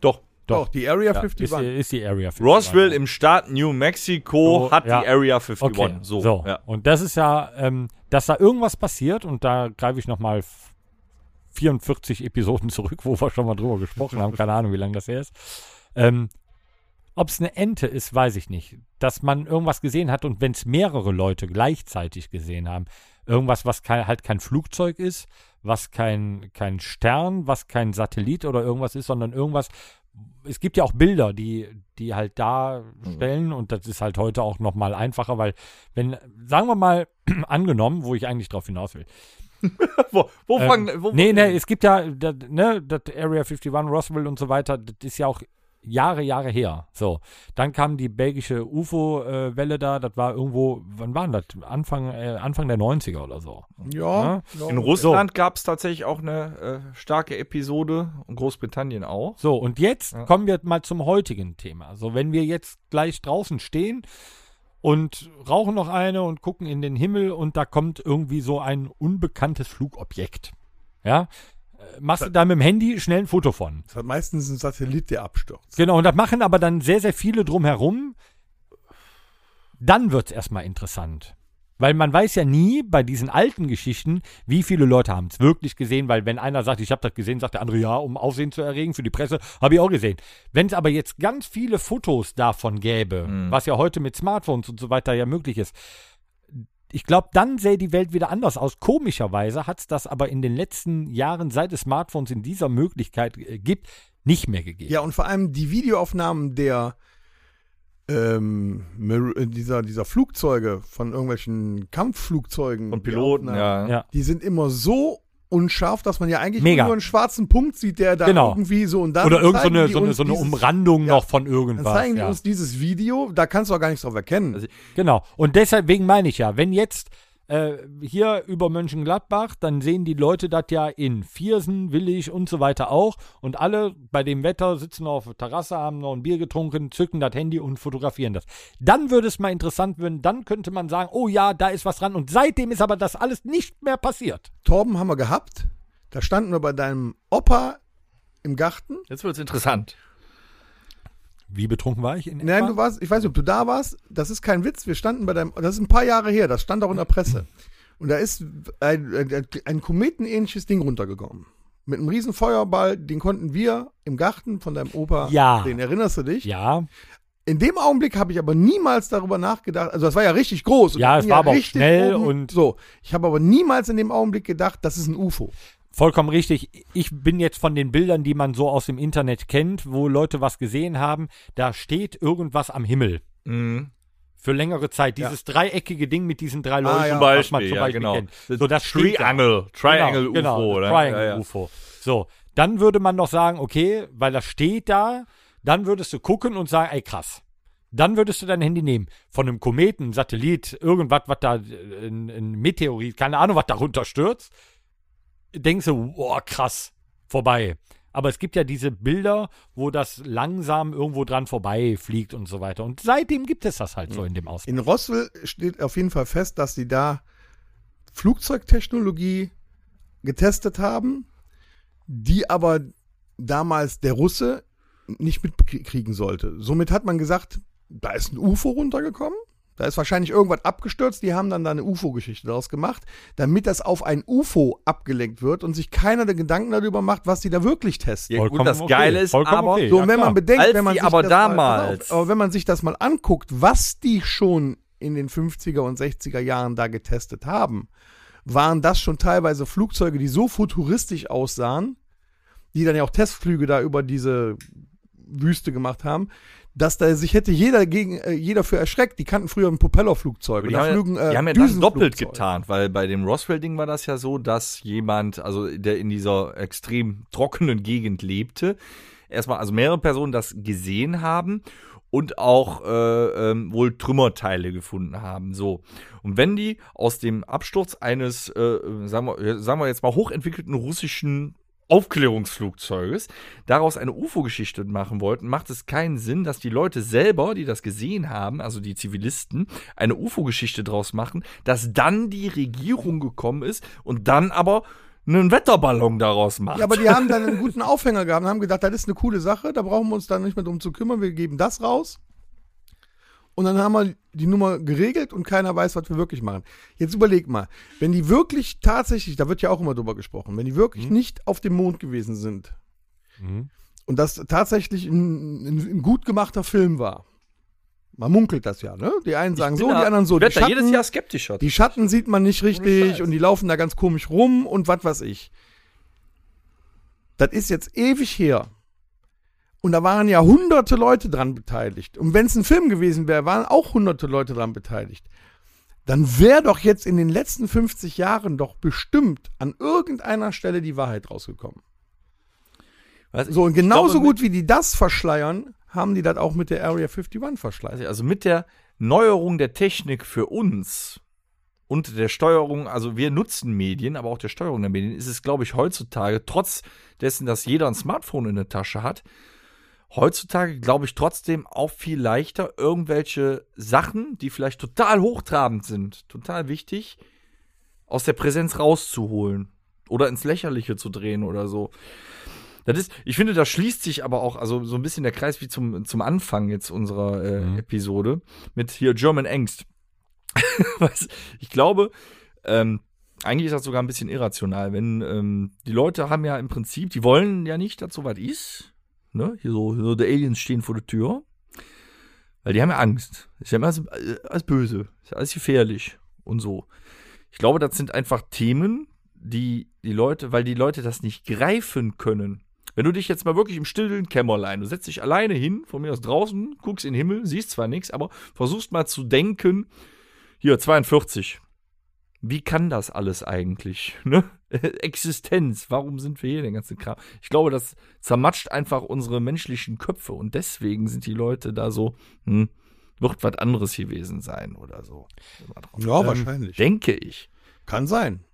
S4: Doch.
S3: Doch, die Area
S2: Ja, ist,
S3: 51.
S2: die- ist die Area 51.
S4: Roswell im Staat New Mexico
S2: So,
S4: hat
S2: ja.
S4: die Area 51.
S2: Okay,
S4: So,
S2: so.
S4: Ja.
S2: Und das ist ja, ähm, dass da irgendwas passiert und da greife ich nochmal 44 Episoden [LAUGHS] zurück, wo wir schon mal drüber gesprochen haben. Keine Ahnung, wie lange das her ist. Ähm, Ob es eine Ente ist, weiß ich nicht. Dass man irgendwas gesehen hat und wenn es mehrere Leute gleichzeitig gesehen haben, irgendwas, was kein, halt kein Flugzeug ist, was kein, kein Stern, was kein Satellit oder irgendwas ist, sondern irgendwas, es gibt ja auch Bilder, die, die halt
S4: Mhm.
S2: darstellen und das ist halt heute auch nochmal einfacher, weil wenn, sagen wir mal, [CLEARS THROAT] angenommen, wo ich eigentlich drauf hinaus will,
S4: [LAUGHS] Wo, wo
S2: ähm,
S4: fangen. Wo,
S2: nee, nee, es gibt ja, das, ne, das Area 51, Roswell und so weiter, das ist ja auch Jahre, Jahre her. So, dann kam die belgische UFO-Welle äh, da, das war irgendwo, wann war denn das? Anfang, äh, Anfang der 90er oder so.
S3: Ja.
S4: In Russland gab es tatsächlich auch eine äh, starke Episode und Großbritannien auch.
S2: So, und jetzt kommen wir mal zum heutigen Thema. So, wenn wir jetzt gleich draußen stehen und rauchen noch eine und gucken in den Himmel und da kommt irgendwie so ein unbekanntes Flugobjekt. Ja? Äh, Machst du da mit dem Handy schnell ein Foto von.
S3: Das hat meistens ein Satellit, der abstürzt.
S2: Genau, und das machen aber dann sehr, sehr viele drumherum. Dann wird es erstmal interessant. Weil man weiß ja nie bei diesen alten Geschichten, wie viele Leute haben es wirklich gesehen, weil wenn einer sagt, ich habe das gesehen, sagt der andere, ja, um Aufsehen zu erregen für die Presse, habe ich auch gesehen. Wenn es aber jetzt ganz viele Fotos davon gäbe, was ja heute mit Smartphones und so weiter ja möglich ist, ich glaube, dann sähe die Welt wieder anders aus. Komischerweise hat es das aber in den letzten Jahren, seit es Smartphones in dieser Möglichkeit äh, gibt, nicht mehr gegeben.
S3: Ja, und vor allem die Videoaufnahmen der ähm, Mar- äh, dieser, dieser Flugzeuge von irgendwelchen Kampfflugzeugen.
S4: Und Piloten,
S3: die, Aufnahmen,
S4: ja.
S2: Ja.
S3: die sind immer so unscharf, dass man ja eigentlich
S2: Mega.
S3: nur einen schwarzen Punkt sieht, der da
S2: Genau.
S3: irgendwie so und dann
S2: Oder irgend so
S3: zeigen
S2: eine,
S3: die
S2: so eine,
S3: uns
S2: so eine
S3: dieses-
S2: Umrandung
S3: ja,
S2: noch von
S3: Dann
S2: irgendwas.
S3: zeigen die
S2: ja.
S3: uns dieses Video, da kannst du auch gar nichts drauf erkennen.
S4: Also-
S2: Genau. Und deshalb wegen meine ich ja, wenn jetzt äh, hier über Mönchengladbach, dann sehen die Leute das ja in Viersen, Willig und so weiter auch. Und alle bei dem Wetter sitzen auf der Terrasse, haben noch ein Bier getrunken, zücken das Handy und fotografieren das. Dann würde es mal interessant werden, dann könnte man sagen, oh ja, da ist was dran. Und seitdem ist aber das alles nicht mehr passiert.
S3: Torben haben wir gehabt. Da standen wir bei deinem Opa im Garten.
S4: Jetzt wird's interessant.
S2: Wie betrunken war ich in
S3: Nein,
S2: etwa?
S3: du warst, ich weiß nicht, ob du da warst. Das ist kein Witz. Wir standen bei deinem, das ist ein paar Jahre her. Das stand auch in der Presse. Und da ist ein, ein, ein kometenähnliches Ding runtergekommen. Mit einem riesen Feuerball, den konnten wir im Garten von deinem Opa,
S2: Ja.
S3: den erinnerst du dich?
S2: Ja,
S3: In dem Augenblick habe ich aber niemals darüber nachgedacht. Also das war ja richtig groß. und
S2: Ja,
S3: das
S2: es
S3: ging
S2: war aber auch
S3: richtig
S2: schnell und-
S3: so. Ich habe aber niemals in dem Augenblick gedacht, das ist ein UFO.
S2: Vollkommen richtig. Ich bin jetzt von den Bildern, die man so aus dem Internet kennt, wo Leute was gesehen haben, da steht irgendwas am Himmel.
S4: Mhm.
S2: Für längere Zeit. Dieses dreieckige Ding mit diesen drei Leuten,
S3: ja. Zum
S2: was man zum
S4: ja,
S2: Beispiel
S4: genau.
S2: kennt. So, das steht da.
S4: Triangle, Triangle UFO,
S2: genau, genau,
S4: oder?
S2: Triangle
S4: ja, ja.
S2: UFO. So, dann würde man noch sagen, okay, weil das steht da, dann würdest du gucken und sagen, ey krass. Dann würdest du dein Handy nehmen. Von einem Kometen, Satellit, irgendwas, was da, äh, ein, ein Meteorit, keine Ahnung, was da runterstürzt. Denkst du, boah, krass, vorbei. Aber es gibt ja diese Bilder, wo das langsam irgendwo dran vorbeifliegt und so weiter. Und seitdem gibt es das halt so
S4: Hm.
S2: in dem Ausmaß.
S3: In Roswell steht auf jeden Fall fest, dass sie da Flugzeugtechnologie getestet haben, die aber damals der Russe nicht mitkriegen sollte. Somit hat man gesagt, da ist ein UFO runtergekommen, da ist wahrscheinlich irgendwas abgestürzt, die haben dann da eine UFO-Geschichte daraus gemacht, damit das auf ein UFO abgelenkt wird und sich keiner der Gedanken darüber macht, was die da wirklich testen.
S4: Ja, gut, das Geile ist
S2: Vollkommen
S4: aber-
S2: okay.
S3: So,
S2: ja,
S3: und wenn
S2: klar.
S3: man bedenkt,
S4: Als
S3: wenn man
S4: die
S3: sich
S4: aber
S3: das mal-
S4: damals-
S3: pass auf, aber wenn man sich das mal anguckt, was die schon in den 50er und 60er Jahren da getestet haben, waren das schon teilweise Flugzeuge, die so futuristisch aussahen, die dann ja auch Testflüge da über diese Wüste gemacht haben, dass da sich hätte jeder gegen äh, jeder für erschreckt. Die kannten früher ein Propellerflugzeug.
S4: Die
S3: oder
S4: haben,
S3: flügen,
S4: ja,
S3: äh,
S4: die haben ja das doppelt
S3: Düsenflugzeuge.
S4: getan, weil bei dem Roswell-Ding war das ja so, dass jemand, also der in dieser extrem trockenen Gegend lebte, erstmal, also mehrere Personen das gesehen haben und auch äh, ähm, wohl Trümmerteile gefunden haben. So. Und wenn die aus dem Absturz eines, äh, sagen, wir, sagen wir jetzt mal, hochentwickelten russischen Aufklärungsflugzeuges daraus eine UFO-Geschichte machen wollten, macht es keinen Sinn, dass die Leute selber, die das gesehen haben, also die Zivilisten, eine UFO-Geschichte draus machen, dass dann die Regierung gekommen ist und dann aber einen Wetterballon daraus macht.
S3: Ja, aber die haben dann einen guten Aufhänger gehabt und haben gedacht, das ist eine coole Sache, da brauchen wir uns dann nicht mehr drum zu kümmern, wir geben das raus. Und dann haben wir die Nummer geregelt und keiner weiß, was wir wirklich machen. Jetzt überleg mal, wenn die wirklich tatsächlich, da wird ja auch immer drüber gesprochen, wenn die wirklich
S4: Mhm.
S3: nicht auf dem Mond gewesen sind
S2: Mhm.
S3: und das tatsächlich ein, ein, ein gut gemachter Film war. Man munkelt das ja, ne? Die einen sagen so, die anderen so.
S4: Ich werd
S3: die
S4: da Genau. jedes
S3: Schatten-
S4: Jahr skeptischer.
S3: die Schatten sieht man nicht richtig
S4: Scheiß.
S3: und die laufen da ganz komisch rum und was weiß ich. Das ist jetzt ewig her. Und da waren ja hunderte Leute dran beteiligt. Und wenn es ein Film gewesen wäre, waren auch hunderte Leute dran beteiligt. Dann wäre doch jetzt in den letzten 50 Jahren doch bestimmt an irgendeiner Stelle die Wahrheit rausgekommen.
S4: Weiß ich-
S3: So, und
S4: ich glaube,
S3: genauso
S4: mit-
S3: gut wie die das verschleiern, haben die das auch mit der Area 51
S4: weiß
S3: verschleiert.
S4: ich, also mit der Neuerung der Technik für uns und der Steuerung, also wir nutzen Medien, aber auch der Steuerung der Medien, ist es, glaube ich, heutzutage, trotz dessen, dass jeder ein Smartphone in der Tasche hat, heutzutage, glaube ich, trotzdem auch viel leichter, irgendwelche Sachen, die vielleicht total hochtrabend sind, total wichtig, aus der Präsenz rauszuholen oder ins Lächerliche zu drehen oder so. Das ist, ich finde, da schließt sich aber auch also so ein bisschen der Kreis wie zum, zum Anfang jetzt unserer äh, Episode mit hier German Angst. [LAUGHS] Was, ich glaube, ähm, eigentlich ist das sogar ein bisschen irrational, wenn ähm, die Leute haben ja im Prinzip, die wollen ja nicht, dass so was ist. Ne? Hier so, so die Aliens stehen vor der Tür. Weil die haben ja Angst. Ist ja immer alles, alles böse. Ist ja alles gefährlich und so. Ich glaube, das sind einfach Themen, die die Leute, weil die Leute das nicht greifen können. Wenn du dich jetzt mal wirklich im stillen Kämmerlein, du setzt dich alleine hin, von mir aus draußen, guckst in den Himmel, siehst zwar nichts, aber versuchst mal zu denken, hier 42. Wie kann das alles eigentlich? [LAUGHS] Ne? Existenz, warum sind wir hier den ganzen Kram? Ich glaube, das zermatscht einfach unsere menschlichen Köpfe und deswegen sind die Leute da so, hm, wird was anderes gewesen sein oder so. Also,
S3: Ja,
S4: ähm,
S3: wahrscheinlich.
S4: Denke ich.
S3: Kann sein.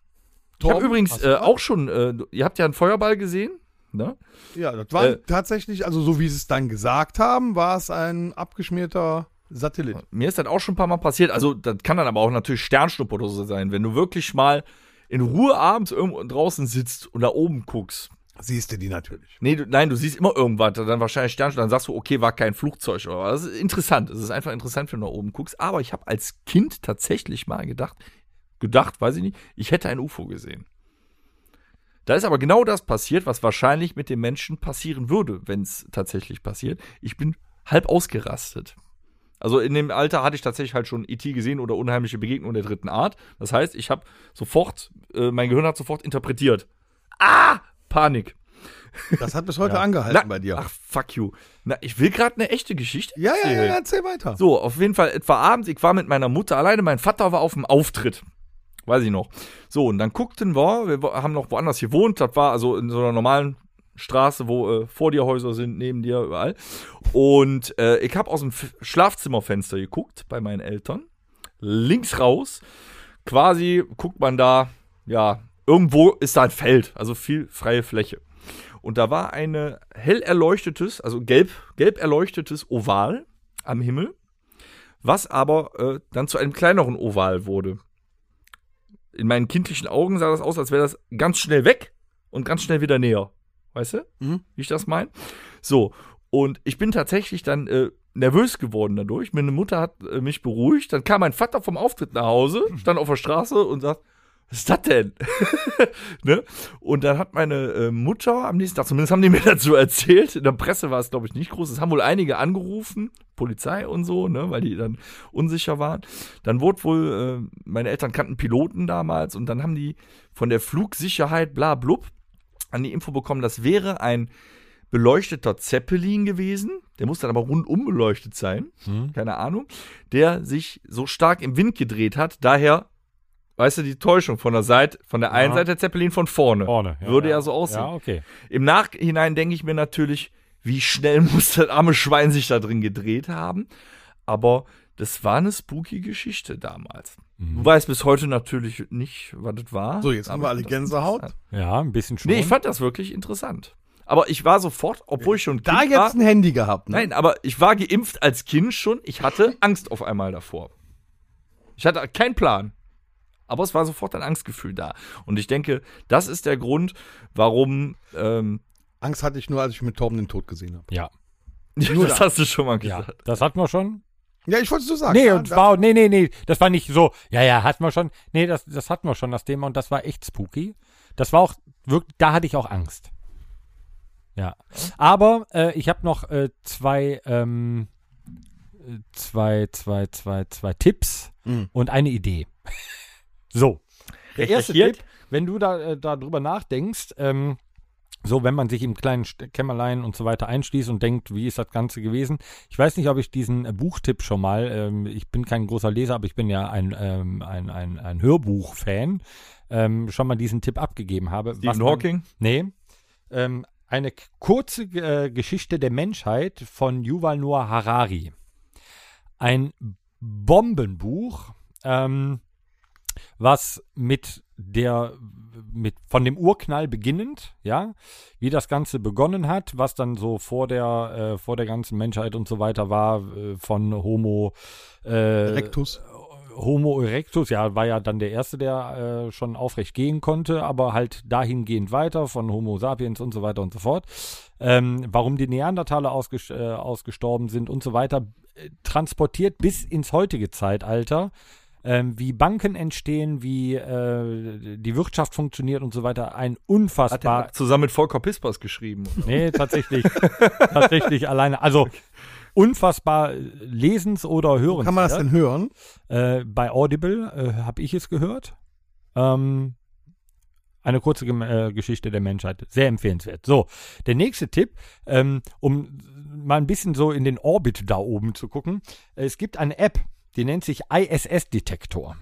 S4: Ich habe
S3: Torben,
S4: übrigens
S3: hast du
S4: äh,
S3: was?
S4: auch schon, äh, du- ihr habt ja einen Feuerball gesehen, ne?
S3: Ja, das war
S4: Äh,
S3: tatsächlich, also so wie sie es dann gesagt haben, war es ein abgeschmierter Satellit.
S4: Mir ist das auch schon ein paar Mal passiert. Also, das kann dann aber auch natürlich Sternschnuppe oder so sein, wenn du wirklich mal in Ruhe abends irgendwo draußen sitzt und da oben guckst.
S3: Siehst du die natürlich.
S4: Nee, du, nein, du siehst immer irgendwas, dann wahrscheinlich Sternschnuppe, dann sagst du, okay, war kein Flugzeug oder was. Das ist interessant. Es ist einfach interessant, wenn du da oben guckst. Aber ich habe als Kind tatsächlich mal gedacht, gedacht, weiß ich nicht, ich hätte ein UFO gesehen. Da ist aber genau das passiert, was wahrscheinlich mit dem Menschen passieren würde, wenn es tatsächlich passiert. Ich bin halb ausgerastet. Also in dem Alter hatte ich tatsächlich halt schon ET gesehen oder unheimliche Begegnung der dritten Art. Das heißt, ich habe sofort, äh, mein Gehirn hat sofort interpretiert. Ah, Panik.
S3: Das hat bis heute angehalten
S4: Na,
S3: bei dir.
S4: Ach, fuck you. Na, ich will gerade eine echte Geschichte
S3: ja, ja, ja,
S4: erzählen.
S3: ja, erzähl weiter.
S4: So, auf jeden Fall etwa abends. Ich war mit meiner Mutter alleine. Mein Vater war auf dem Auftritt. Weiß ich noch. So, und dann guckten wir, wir wo- haben noch woanders gewohnt. Das war also in so einer normalen Straße, wo äh, vor dir Häuser sind, neben dir, überall. Und äh, ich habe aus dem F Schlafzimmerfenster geguckt bei meinen Eltern. Links raus. Quasi guckt man da, ja, irgendwo ist da ein Feld. Also viel freie Fläche. Und da war eine hell erleuchtetes, also gelb, gelb erleuchtetes Oval am Himmel, was aber äh, dann zu einem kleineren Oval wurde. In meinen kindlichen Augen sah das aus, als wäre das ganz schnell weg und ganz schnell wieder näher. Weißt du,
S3: Mhm.
S4: wie ich das meine? So, und ich bin tatsächlich dann äh, nervös geworden dadurch. Meine Mutter hat äh, mich beruhigt. Dann kam mein Vater vom Auftritt nach Hause, stand auf der Straße und sagt, was ist das denn? ne? Und dann hat meine äh, Mutter am nächsten Tag, zumindest haben die [LAUGHS] mir dazu erzählt, in der Presse war es, glaube ich, nicht groß. Es haben wohl einige angerufen, Polizei und so, ne, weil die dann unsicher waren. Dann wurde wohl, äh, meine Eltern kannten Piloten damals und dann haben die von der Flugsicherheit bla blub an die Info bekommen, das wäre ein beleuchteter Zeppelin gewesen. Der muss dann aber rundum beleuchtet sein,
S2: Hm.
S4: keine Ahnung, der sich so stark im Wind gedreht hat, daher. Weißt du, die Täuschung von der Seite, von der einen
S2: Ja.
S4: Seite der Zeppelin von vorne.
S2: Vorne. ja,
S4: Würde ja,
S2: ja
S4: so aussehen.
S2: Ja, okay.
S4: Im Nachhinein denke ich mir natürlich, wie schnell [LAUGHS] muss das arme Schwein sich da drin gedreht haben. Aber das war eine spooky Geschichte damals.
S2: Mhm.
S4: Du weißt bis heute natürlich nicht, was das war.
S3: So, jetzt haben
S4: Aber
S3: wir alle
S4: das-
S3: Gänsehaut.
S2: Ja, ein bisschen schon.
S4: Nee, ich fand das wirklich interessant. Aber ich war sofort, obwohl ich schon
S3: Da
S4: Kind
S3: jetzt
S4: war,
S3: ein Handy gehabt. Ne?
S4: halt Nein, aber ich war geimpft als Kind schon. Ich
S2: [LAUGHS]
S4: hatte Angst auf einmal davor. Ich hatte keinen Plan. Aber es war sofort ein Angstgefühl da. Und ich denke, das ist der Grund, warum ähm, [LAUGHS]
S3: Angst hatte ich nur, als ich mit Torben den Tod gesehen habe.
S2: ja,
S4: Nur das hast du schon mal
S2: ja,
S4: gesagt.
S2: das hatten wir schon.
S3: Ja, ich wollte es so sagen.
S2: Nee,
S3: ja,
S2: ne? und
S3: da-
S2: war, nee, nee, nee, das war nicht so, ja, ja, hatten wir schon. Nee, das, das hatten wir schon, das Thema, und das war echt spooky. Das war auch wirklich, da hatte ich auch Angst. Ja. Aber äh, ich habe noch äh, zwei, ähm, äh, zwei, zwei, zwei, zwei Tipps und eine Idee. [LAUGHS] so. Mhm. Der erste
S4: Recherchiert.
S2: Tipp, wenn du da äh, darüber nachdenkst, ähm, so, wenn man sich im kleinen St- Kämmerlein und so weiter einschließt und denkt, wie ist das Ganze gewesen? Ich weiß nicht, ob ich diesen äh, Buchtipp schon mal, ähm, ich bin kein großer Leser, aber ich bin ja ein, ähm, ein, ein, ein Hörbuch-Fan, ähm, schon mal diesen Tipp abgegeben habe. Was
S4: Stephen
S2: man-
S4: Hawking?
S2: Nee. Ähm, eine k- kurze äh, Geschichte der Menschheit von Yuval Noah Harari. Ein Bombenbuch, ähm, was mit der mit von dem Urknall beginnend, ja, wie das Ganze begonnen hat, was dann so vor der äh, vor der ganzen Menschheit und so weiter war äh, von Homo äh,
S3: Rectus.
S2: Homo erectus, ja, war ja dann der Erste, der äh, schon aufrecht gehen konnte, aber halt dahingehend weiter von Homo sapiens und so weiter und so fort. Ähm, warum die Neandertaler ausges äh, ausgestorben sind und so weiter, äh, transportiert bis ins heutige Zeitalter. Ähm, wie Banken entstehen, wie äh, die Wirtschaft funktioniert und so weiter. Ein
S4: Hat
S2: unfassbar.
S4: er zusammen mit Volker Pispers geschrieben. oder?
S2: Nee, tatsächlich. tatsächlich alleine.
S3: [LAUGHS]
S2: Also unfassbar äh, lesens- oder hörens.
S3: Kann man das denn hören?
S2: Äh, bei Audible äh, habe ich es gehört. Ähm, eine kurze Gem- äh, Geschichte der Menschheit. Sehr empfehlenswert. So, der nächste Tipp, ähm, um mal ein bisschen so in den Orbit da oben zu gucken. Äh, Es gibt eine App, die nennt sich ISS-Detektor.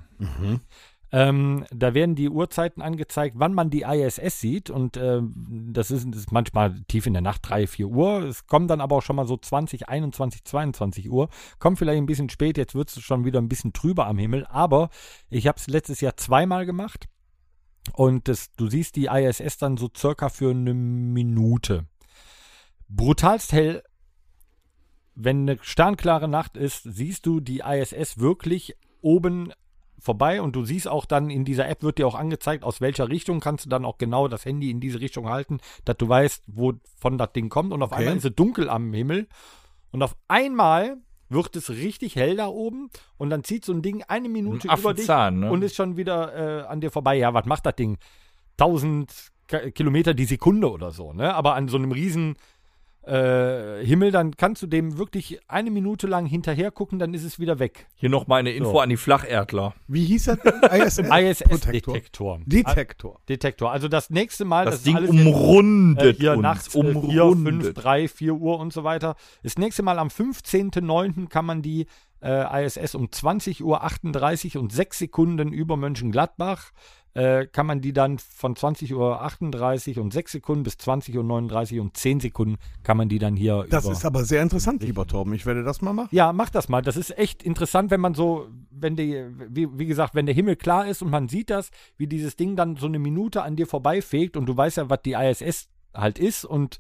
S2: Ähm, da werden die Uhrzeiten angezeigt, wann man die ISS sieht. Und ähm, das, ist, das ist manchmal tief in der Nacht, 3, 4 Uhr. Es kommen dann aber auch schon mal so 20, 21, 22 Uhr. Kommt vielleicht ein bisschen spät, jetzt wird es schon wieder ein bisschen trüber am Himmel. Aber ich habe es letztes Jahr zweimal gemacht. Und das, du siehst die ISS dann so circa für eine Minute. Brutalst hell. Wenn eine sternklare Nacht ist, siehst du die ISS wirklich oben vorbei und du siehst auch dann in dieser App wird dir auch angezeigt, aus welcher Richtung kannst du dann auch genau das Handy in diese Richtung halten, dass du weißt, wovon das Ding kommt und auf einmal ist es dunkel am Himmel und auf einmal wird es richtig hell da oben und dann zieht so ein Ding eine Minute
S4: Ein
S2: über dich
S4: Affenzahn, ne?
S2: und ist schon wieder äh, an dir vorbei. Ja, was macht das Ding? 1000 K Kilometer die Sekunde oder so, ne? Aber an so einem riesen äh, Himmel, dann kannst du dem wirklich eine Minute lang hinterher gucken, dann ist es wieder weg.
S4: Hier nochmal eine Info
S2: So.
S4: an die Flacherdler.
S3: Wie hieß das?
S4: [LAUGHS] Äh,
S3: ISS
S2: ISS-Detektor.
S4: Ah,
S3: Detektor.
S2: Detektor. Also das nächste Mal,
S4: Das,
S2: ist
S4: Ding
S2: alles
S4: umrundet
S2: Äh, hier
S4: uns.
S2: nachts um
S4: umrundet.
S2: 4, 5, 3, 4 Uhr und so weiter. Das nächste Mal am 15.09. kann man die äh, ISS um 20.38 Uhr 38 und 6 Sekunden über Mönchengladbach, äh, kann man die dann von 20.38 Uhr 38 und 6 Sekunden bis 20.39 Uhr 39 und 10 Sekunden kann man die dann hier
S3: Das
S2: über
S3: ist aber sehr interessant, lieber Torben. Ich werde das mal machen.
S2: ja, mach das mal. Das ist echt interessant, wenn man so, wenn die, wie, wie gesagt, wenn der Himmel klar ist und man sieht das, wie dieses Ding dann so eine Minute an dir vorbeifegt und du weißt ja, was die ISS halt ist und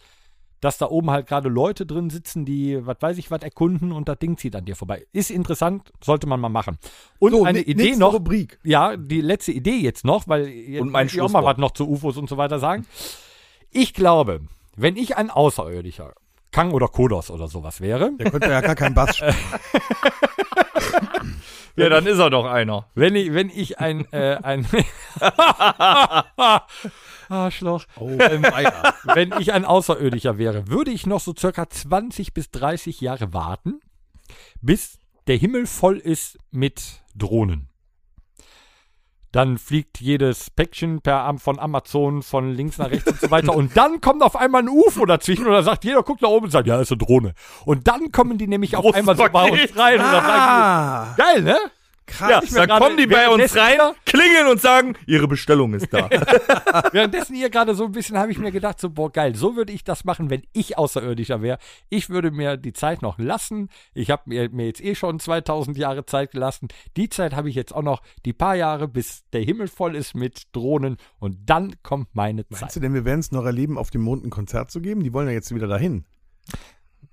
S2: dass da oben halt gerade Leute drin sitzen, die, was weiß ich, was erkunden und das Ding zieht an dir vorbei. Ist interessant, sollte man mal machen. Und
S3: So,
S2: eine
S3: ne-
S2: Idee
S3: nächste
S2: noch.
S3: Rubrik.
S2: Ja, die letzte Idee jetzt noch, weil jetzt
S4: Und mein
S2: will ich auch mal
S4: Schlusswort.
S2: was noch zu UFOs und so weiter sagen. Ich glaube, wenn ich ein Außerirdischer, Kang oder Kodos oder sowas wäre,
S3: Der könnte ja gar keinen Bass
S4: [LAUGHS]
S3: spielen.
S4: Ja, dann ist er doch einer.
S2: Wenn ich, wenn ich ein, äh, ein [LAUGHS] Arschloch, ähm, wenn ich ein Außerirdischer wäre, würde ich noch so circa 20 bis 30 Jahre warten, bis der Himmel voll ist mit Drohnen. Dann fliegt jedes Päckchen per Am von Amazon von links nach rechts und so weiter. Und dann kommt auf einmal ein UFO dazwischen und dann sagt jeder, guckt nach oben und sagt, ja, ist eine Drohne. Und dann kommen die nämlich auf
S4: Großes
S2: einmal so bei uns
S4: Paket.
S2: rein und dann sagen
S3: Ah,
S2: die, geil, ne?
S3: krass.
S4: Ja,
S2: ich mir
S4: dann
S2: gerade-
S4: kommen die bei uns
S2: währenddessen-
S4: rein, klingeln und sagen, ihre Bestellung ist [LAUGHS] da.
S2: Währenddessen hier gerade so ein bisschen habe ich mir gedacht, so, boah, geil, so würde ich das machen, wenn ich Außerirdischer wäre. Ich würde mir die Zeit noch lassen. Ich habe mir, mir jetzt eh schon 2000 Jahre Zeit gelassen. Die Zeit habe ich jetzt auch noch, die paar Jahre, bis der Himmel voll ist mit Drohnen. Und dann kommt meine
S3: Meinst
S2: Zeit.
S3: du denn, wir werden es noch erleben, auf dem Mond ein Konzert zu geben? Die wollen ja jetzt wieder dahin.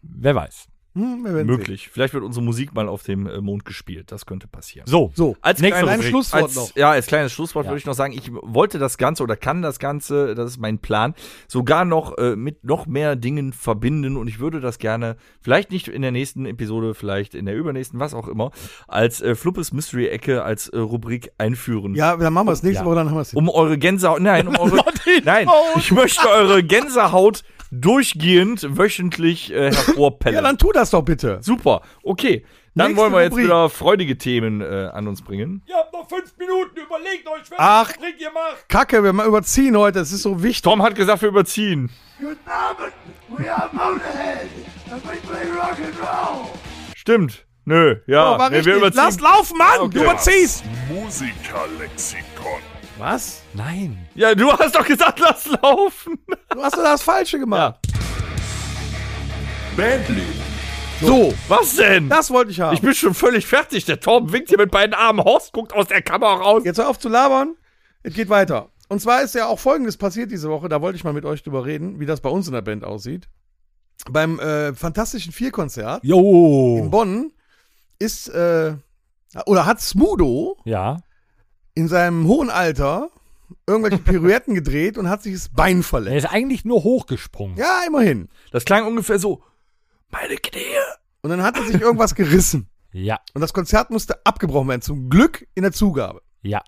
S2: Wer weiß.
S3: Hm, wir werden sehen.
S4: Möglich. Vielleicht wird unsere Musik mal auf dem äh, Mond gespielt. Das könnte passieren.
S2: So,
S3: So,
S4: Als
S2: Nächste
S4: kleines
S3: Rubrik.
S4: Schlusswort
S3: Als-
S4: noch. Ja, als kleines Schlusswort
S2: Ja.
S4: würde ich noch sagen, ich wollte das Ganze oder kann das Ganze, das ist mein Plan, sogar noch äh, mit noch mehr Dingen verbinden und ich würde das gerne, vielleicht nicht in der nächsten Episode, vielleicht in der übernächsten, was auch immer, als äh, Fluppes Mystery-Ecke als äh, Rubrik einführen.
S3: ja, dann machen wir es nächste
S2: Ja.
S3: Woche, dann haben wir es. [LAUGHS]
S4: Um eure Gänsehaut, nein, um eure, nein, ich möchte eure Gänsehaut durchgehend wöchentlich äh,
S3: [LAUGHS]
S4: hervorpellen.
S3: Ja, dann tu das doch bitte.
S4: Super, okay. Dann
S3: Nächste
S4: wollen wir jetzt
S3: Rubrik.
S4: wieder freudige Themen äh, an uns bringen.
S2: Ihr habt noch fünf Minuten, überlegt euch, welchen
S3: Ach.
S2: Trick ihr macht.
S3: Kacke, wir mal überziehen heute, das ist so wichtig.
S4: Tom hat gesagt, wir überziehen. Stimmt. Nö, ja.
S3: Oh, war
S4: nee, wir
S3: richtig.
S4: überziehen.
S3: Lass laufen, Mann! Du überziehst!
S1: Musikerlexikon.
S3: Was?
S2: Nein.
S4: Ja, du hast doch gesagt, lass laufen.
S3: Du hast doch das Falsche
S4: [LAUGHS]
S3: gemacht.
S1: Bandly.
S3: So,
S4: Was denn?
S3: das wollte ich haben.
S4: ich bin schon völlig fertig. Der Tom winkt hier mit beiden Armen. Horst guckt aus der Kamera raus.
S3: Jetzt hör auf zu labern. Es geht weiter. Und zwar ist ja auch Folgendes passiert diese Woche. Da wollte ich mal mit euch drüber reden, wie das bei uns in der Band aussieht. Beim äh, Fantastischen Vier-Konzert in
S4: Oh.
S2: Jo.
S3: Bonn ist, äh, oder hat Smudo
S2: Ja.
S3: in seinem hohen Alter
S4: [LAUGHS]
S3: irgendwelche Pirouetten gedreht und hat sich das Bein
S2: Er
S3: verletzt.
S2: ist eigentlich nur hochgesprungen.
S3: Ja, immerhin.
S4: Das klang ungefähr so. Meine Knie.
S3: Und dann hat er sich irgendwas gerissen.
S2: Ja.
S3: Und das Konzert musste abgebrochen werden. Zum Glück in der Zugabe.
S2: Ja.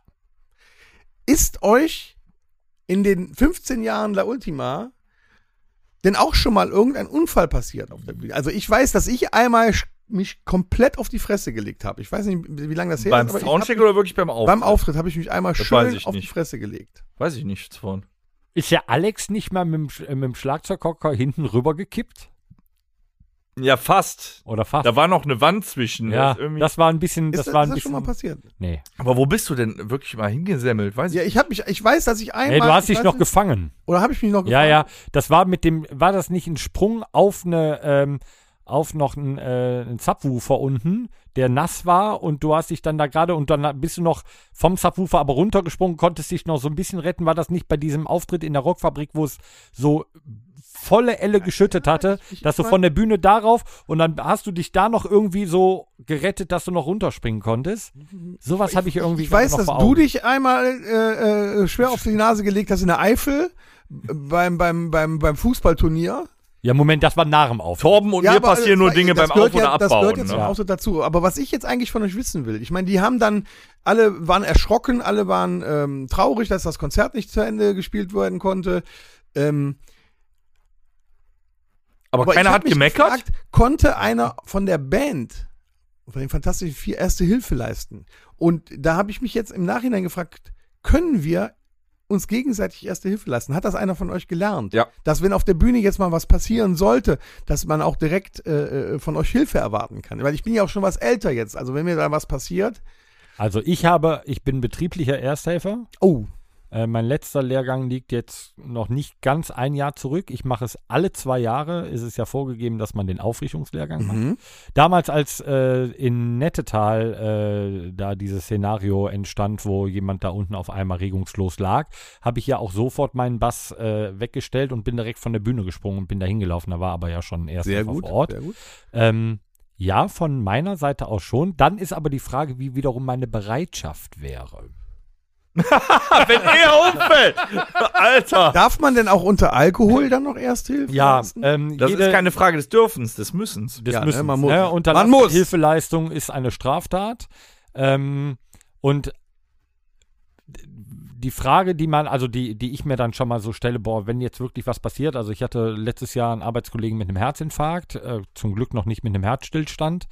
S3: Ist euch in den 15 Jahren La Ultima denn auch schon mal irgendein Unfall passiert auf der Bühne? Also ich weiß, dass ich einmal sch- mich komplett auf die Fresse gelegt habe. Ich weiß nicht, wie wie lange das her
S4: Beim
S3: ist. ich
S4: Soundcheck oder wirklich beim
S3: hab,
S4: Auf?
S3: beim Auftritt habe ich mich einmal
S4: weiß
S3: schön
S4: ich
S3: auf die
S4: nicht.
S3: Fresse gelegt.
S4: Weiß ich nichts von.
S2: Ist ja Alex nicht mal mit dem, Sch- äh, mit dem Schlagzeughocker hinten rübergekippt?
S4: Ja, fast.
S2: Oder fast?
S4: Da war noch eine Wand zwischen.
S2: ja,
S4: ist irgendwie-
S2: das war ein bisschen.
S3: Ist
S2: Das
S3: das,
S2: war
S3: ist
S2: ein
S3: das schon
S2: bisschen.
S3: mal passiert?
S2: nee.
S4: aber wo bist du denn wirklich mal hingesemmelt? Weiß
S3: Ja, Also ich habe mich, ich weiß, dass ich einmal.
S2: nee, du hast
S3: ich
S2: dich
S3: weiß
S2: noch
S3: nicht,
S2: gefangen.
S3: Oder habe ich mich noch
S2: Ja, ja. Das war mit dem. War das nicht ein Sprung auf eine. Ähm, auf noch einen, äh, einen Subwoofer unten, der nass war und du hast dich dann da gerade und dann bist du noch vom Subwoofer aber runtergesprungen, konntest dich noch so ein bisschen retten. War das nicht bei diesem Auftritt in der Rockfabrik, wo es so volle Elle geschüttet hatte,
S3: ich- ich
S2: dass du
S3: weiß-
S2: von der Bühne darauf und dann hast du dich da noch irgendwie so gerettet, dass du noch runterspringen konntest? Sowas habe ich irgendwie
S3: Mhm. Ich weiß,
S2: noch
S3: dass
S2: vor
S3: du
S2: Augen.
S3: dich einmal äh, äh, schwer auf die Nase gelegt hast in der Eifel äh, beim, beim, beim, beim Fußballturnier.
S2: Ja, Moment, das war nach dem Auftritt.
S4: Torben und mir
S3: aber
S4: passieren
S3: das
S4: nur
S3: war- eh,
S4: Dinge
S3: das
S4: beim
S3: gehört
S4: Auf- oder
S3: ja,
S4: Abbauen.
S3: Das gehört jetzt
S4: ne?
S3: zum Auftritt dazu. Aber was ich jetzt eigentlich von euch wissen will, ich meine, die haben dann, alle waren erschrocken, alle waren ähm, traurig, dass das Konzert nicht zu Ende gespielt werden konnte. Ähm,
S4: Aber,
S3: ich
S4: keiner
S3: hab
S4: hat
S3: mich
S4: gemeckert.
S3: gefragt, konnte einer von der Band, von den Fantastischen Vier, erste Hilfe leisten? Und da habe ich mich jetzt im Nachhinein gefragt, können wir uns gegenseitig erste Hilfe leisten? Hat das einer von euch gelernt?
S4: Ja.
S3: Dass wenn auf der Bühne jetzt mal was passieren sollte, dass man auch direkt äh, äh, von euch Hilfe erwarten kann. Weil ich bin ja auch schon was älter jetzt. Also wenn mir da was passiert,
S2: Also ich habe, ich bin betrieblicher Ersthelfer.
S3: oh,
S2: Äh, mein letzter Lehrgang liegt jetzt noch nicht ganz ein Jahr zurück. Ich mache es alle zwei Jahre. Ist es ja vorgegeben, dass man den Aufrichtungslehrgang
S3: Mhm.
S2: macht. Damals, als äh, in Nettetal äh, da dieses Szenario entstand, wo jemand da unten auf einmal regungslos lag, habe ich ja auch sofort meinen Bass äh, weggestellt und bin direkt von der Bühne gesprungen und bin da hingelaufen. Da war aber ja schon ein
S3: sehr
S2: Ersthelfer
S3: gut,
S2: vor Ort.
S3: sehr gut.
S2: Ähm, ja, von meiner Seite aus schon. Dann ist aber die Frage, wie wiederum meine Bereitschaft wäre.
S4: [LAUGHS] Wenn
S3: [LAUGHS]
S4: er umfällt. Alter.
S3: Darf man denn auch unter Alkohol dann noch erste Hilfe
S2: Ja,
S3: leisten?
S2: ähm,
S4: Das
S2: jede,
S4: ist keine Frage des Dürfens, des Müssens.
S2: des
S3: Ja, ne,
S2: Müssens.
S3: man muss.
S2: Ne? Unter
S3: Man muss.
S2: Hilfeleistung ist eine Straftat. Ähm, und die Frage, die man, also die, die ich mir dann schon mal so stelle, boah, wenn jetzt wirklich was passiert, also ich hatte letztes Jahr einen Arbeitskollegen mit einem Herzinfarkt, äh, zum Glück noch nicht mit einem Herzstillstand,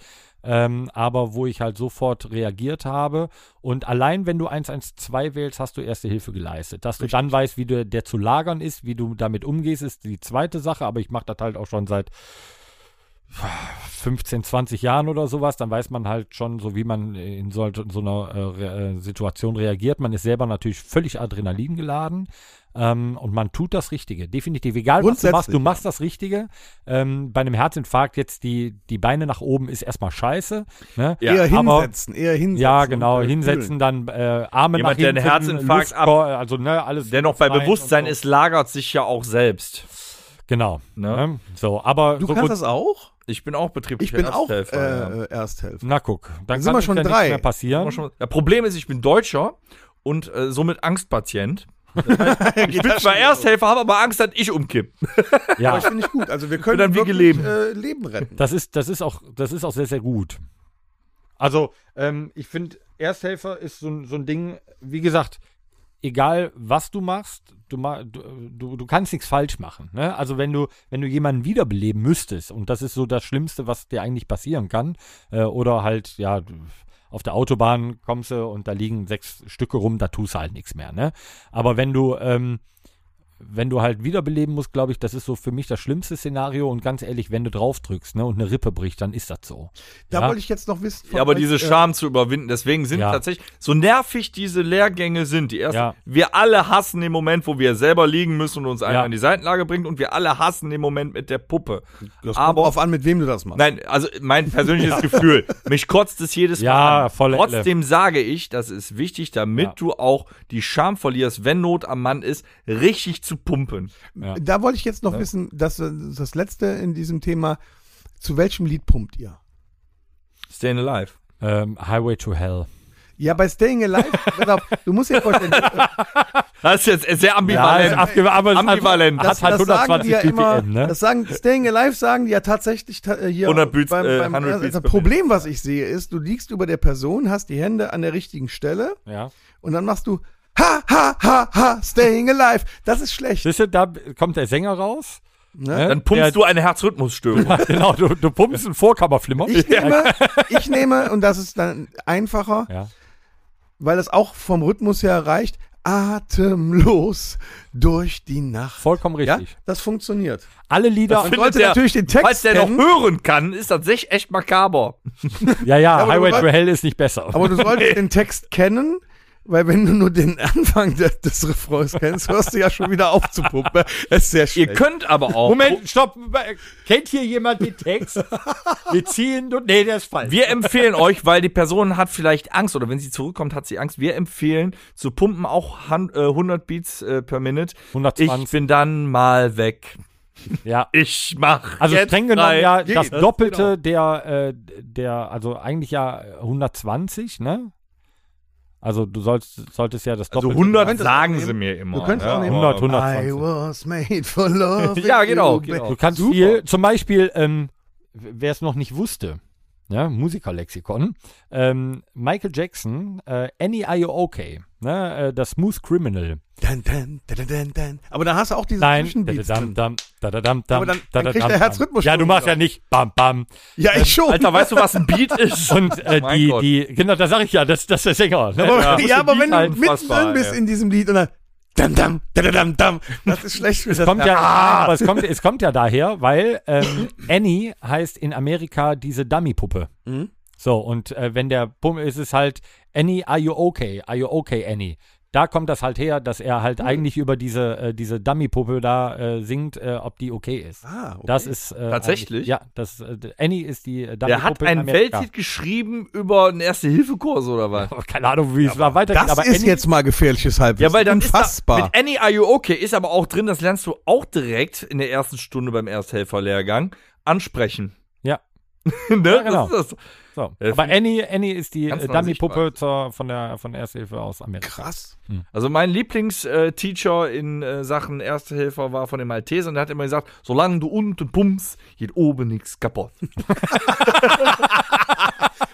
S2: ähm, aber wo ich halt sofort reagiert habe. Und allein wenn du 112 wählst, hast du erste Hilfe geleistet. Dass du dann weißt, wie du, der zu lagern ist, wie du damit umgehst, ist die zweite Sache, aber ich mache das halt auch schon seit 15, 20 Jahren oder sowas, dann weiß man halt schon so, wie man in so, so einer äh, Re- äh, Situation reagiert. Man ist selber natürlich völlig Adrenalin geladen ähm, und man tut das Richtige. Definitiv. Egal, was du machst,
S3: Grundsätzlich,
S2: du machst das Richtige. Ähm, bei einem Herzinfarkt jetzt die, die Beine nach oben ist erstmal scheiße. Ne?
S4: Ja,
S3: eher
S2: aber-
S3: hinsetzen, eher hinsetzen.
S2: Ja,
S3: und,
S2: genau.
S3: äh,
S2: Hinsetzen, dann äh, Arme
S4: Jemand,
S2: nach
S4: der einen
S2: hinten.
S4: Herzinfarkt ab-
S2: Luftkor- also ne, alles.
S4: Dennoch bei
S2: rein und
S4: Bewusstsein
S2: so.
S4: ist, lagert sich ja auch selbst.
S2: Genau.
S4: Ne?
S2: Ne? So, aber
S3: Du
S2: so
S3: kannst
S2: gut.
S3: das auch?
S4: Ich bin auch betrieblicher
S3: Ich bin auch äh,
S4: Ersthelfer, ja.
S3: äh, Ersthelfer.
S2: Na guck, dann
S3: sind
S2: kann
S3: wir
S2: uns
S3: schon
S2: ja
S3: drei.
S2: nichts mehr passieren.
S4: Schon- Das Problem ist, ich bin Deutscher und äh, somit Angstpatient.
S2: [LAUGHS]
S4: Das heißt, ich bin zwar Ersthelfer, habe aber Angst, dass ich umkipp.
S2: Ja.
S3: Das finde ich gut.
S4: [LAUGHS]
S3: Also wir können
S4: dann wie
S3: wirklich,
S4: geleben.
S3: Äh, Leben
S4: [LAUGHS]
S3: retten.
S2: [LAUGHS] Das ist, das ist auch, das ist auch sehr, sehr gut. Also, ähm, ich finde, Ersthelfer ist so, ein- so ein Ding, wie gesagt, egal was du machst, du, ma du, du, du kannst nichts falsch machen. Ne? Also wenn du, wenn du jemanden wiederbeleben müsstest, und das ist so das Schlimmste, was dir eigentlich passieren kann, äh, oder halt, ja, du- auf der Autobahn kommst du und da liegen sechs Stücke rum, da tust du halt nichts mehr. Ne? Aber wenn du, ähm, wenn du halt wiederbeleben musst, glaube ich, das ist so für mich das schlimmste Szenario. Und ganz ehrlich, wenn du draufdrückst ne, und eine Rippe bricht, dann ist das so.
S3: Da
S2: ja?
S3: wollte ich jetzt noch wissen. von
S4: Ja, aber
S3: euch,
S4: diese
S3: äh,
S4: Scham zu überwinden, deswegen sind
S2: Ja.
S4: tatsächlich, so nervig diese Lehrgänge sind, die ersten,
S2: Ja.
S4: wir alle hassen den Moment, wo wir selber liegen müssen und uns einer
S2: Ja.
S4: an die Seitenlage bringt und wir alle hassen den Moment mit der Puppe.
S3: Das kommt
S4: aber-
S3: drauf an, mit wem du das machst.
S4: Nein, also mein persönliches
S2: [LAUGHS]
S4: Gefühl, mich kotzt es jedes
S2: Ja,
S4: Mal an.
S2: volle Elle.
S4: Trotzdem sage ich, das ist wichtig, damit
S2: Ja.
S4: du auch die Scham verlierst, wenn Not am Mann ist, richtig zu pumpen.
S2: Ja.
S3: Da wollte ich jetzt noch wissen, dass äh, das letzte in diesem Thema, zu welchem Lied pumpt ihr?
S4: Staying alive.
S2: Ähm, Highway to Hell.
S3: Ja, bei Staying Alive, [LAUGHS] pass auf, du musst dir
S4: [LAUGHS]
S3: vorstellen,
S4: Halt Das ist jetzt sehr
S2: Ja,
S4: ambivalent.
S2: ist abge- aber es
S4: Ambivalent.
S2: Hat,
S3: das,
S2: hat halt
S3: das sagen
S2: 120
S3: die ja immer,
S2: BPM, ne?
S3: das sagen, Staying Alive sagen die ja tatsächlich ta äh, hier.
S4: 100 Beats,
S3: beim,
S4: äh,
S3: beim,
S4: 100 Beats
S3: also
S4: per
S3: das Problem, was ich sehe, ist, du liegst über der Person, hast die Hände an der richtigen Stelle
S2: Ja.
S3: und dann machst du Ha, ha, ha, ha, Staying Alive. Das ist schlecht.
S2: Siehst du, da kommt der Sänger raus. Ne?
S4: Dann pumpst
S2: der, [LAUGHS]
S4: du eine Herzrhythmusstörung.
S2: Genau, du, du pumpst einen Vorkammerflimmer.
S3: Ich nehme, ich nehme, und das ist dann einfacher,
S2: Ja.
S3: weil das auch vom Rhythmus her reicht, atemlos durch die Nacht.
S2: Vollkommen
S3: Ja,
S2: richtig.
S3: das funktioniert.
S2: Alle Lieder.
S3: Man sollte natürlich den Text
S4: Falls der noch
S3: kennen.
S4: hören kann, ist das echt, echt makaber.
S2: Ja, ja,
S3: aber du
S2: Highway
S3: weißt-
S2: to Hell ist nicht besser.
S3: Aber du solltest den Text kennen, weil wenn du nur den Anfang des, des Refrains kennst, hörst du ja schon wieder auf zu pumpen. Das ist sehr
S4: Ihr
S3: schlecht.
S4: könnt aber auch.
S2: Moment, Oh, stopp. Kennt hier jemand den
S3: [LAUGHS]
S2: Text? Wir ziehen. du- Nee, der ist falsch.
S4: Wir empfehlen euch, weil die Person hat vielleicht Angst oder wenn sie zurückkommt, hat sie Angst. Wir empfehlen zu pumpen auch han- äh, 100 Beats äh, per Minute.
S2: 120.
S4: Ich bin dann mal weg.
S2: ja.
S4: Ich mach.
S2: Also
S4: jetzt
S2: streng genommen
S4: rein.
S2: ja
S4: Geht. Genau.
S2: das Doppelte der, äh, der, also eigentlich ja 120, ne? Also du sollst, solltest ja das
S4: Also
S2: Doppelte.
S4: 100 sagen sie mir immer.
S3: Du könntest
S4: ne?
S3: auch nehmen.
S2: 100,
S4: Aber-
S2: 120.
S3: I was made for love.
S4: Ja,
S3: and
S4: genau,
S3: you
S4: genau.
S2: Du kannst
S3: Oh, Super.
S2: viel, zum Beispiel, ähm, wer es noch nicht wusste, ne, Musikerlexikon, ähm, Michael Jackson, äh, Any IOK, ne, äh, das Smooth Criminal.
S3: Dun, dun, dun, dun, dun. Aber da hast du auch diese
S2: Nein,
S3: Zwischenbeats
S2: dadadam,
S3: drin.
S2: dam, dadadam, dam,
S3: Aber dann- dann
S2: dadadam,
S3: kriegt der
S2: dam.
S3: Herzrhythmus
S2: Ja,
S3: schon
S2: du machst
S3: wieder.
S2: ja nicht bam, bam.
S3: Ja, ich schon.
S4: Alter, weißt du, was ein Beat
S3: [LAUGHS]
S4: ist?
S2: Und äh,
S4: Mein
S2: die,
S4: Gott.
S2: die, genau, da sag ich ja, das, das ist der Sänger. Ne?
S3: aber, [LAUGHS]
S4: Ja.
S3: ja, aber wenn du
S4: Unfassbar,
S3: mittendrin bist
S4: ey.
S3: in diesem Lied und dann dam, dam, dam, dam, dam, das ist schlecht für das
S2: kommt ja, aber es kommt, es kommt ja daher, weil ähm, Annie heißt in Amerika diese Dummy-Puppe.
S3: Mhm.
S2: So, und äh, wenn der Pum ist es halt Annie, are you okay? Are you okay, Annie? Da kommt das halt her, dass er
S3: Mhm.
S2: halt eigentlich über diese, äh, diese Dummy-Puppe da äh, singt, äh, ob die okay ist.
S3: Ah, okay.
S2: Das ist äh,
S4: Tatsächlich?
S2: eigentlich- Ja, das äh, Annie ist die äh,
S4: Der
S2: Dummy-Puppe
S4: hat
S2: in
S4: einen
S2: Amerika.
S4: Welthit geschrieben über einen Erste-Hilfe-Kurs oder was?
S2: Oh, [LAUGHS] Keine Ahnung, wie es war weitergeht.
S3: Das
S2: aber
S3: ist
S2: Annie,
S3: jetzt mal gefährliches Halbwissen.
S4: Ja, weil dann
S3: Unfassbar.
S4: Ist da, mit Annie Are You Okay ist aber auch drin, das lernst du auch direkt in der ersten Stunde beim Ersthelferlehrgang ansprechen.
S2: Ja.
S4: [LAUGHS] ne?
S2: genau.
S4: Das ist das.
S2: so.
S4: Äh,
S2: Aber Annie, Annie ist die
S4: Ganz
S2: äh,
S4: nah
S2: Dummy-Puppe zur- von der, von der Ersthilfe aus Amerika.
S3: Krass.
S4: Also mein Lieblingsteacher in äh, Sachen Ersthelfer war von dem Malteser und der hat immer gesagt, solange du unten pumpst, geht oben nichts kaputt.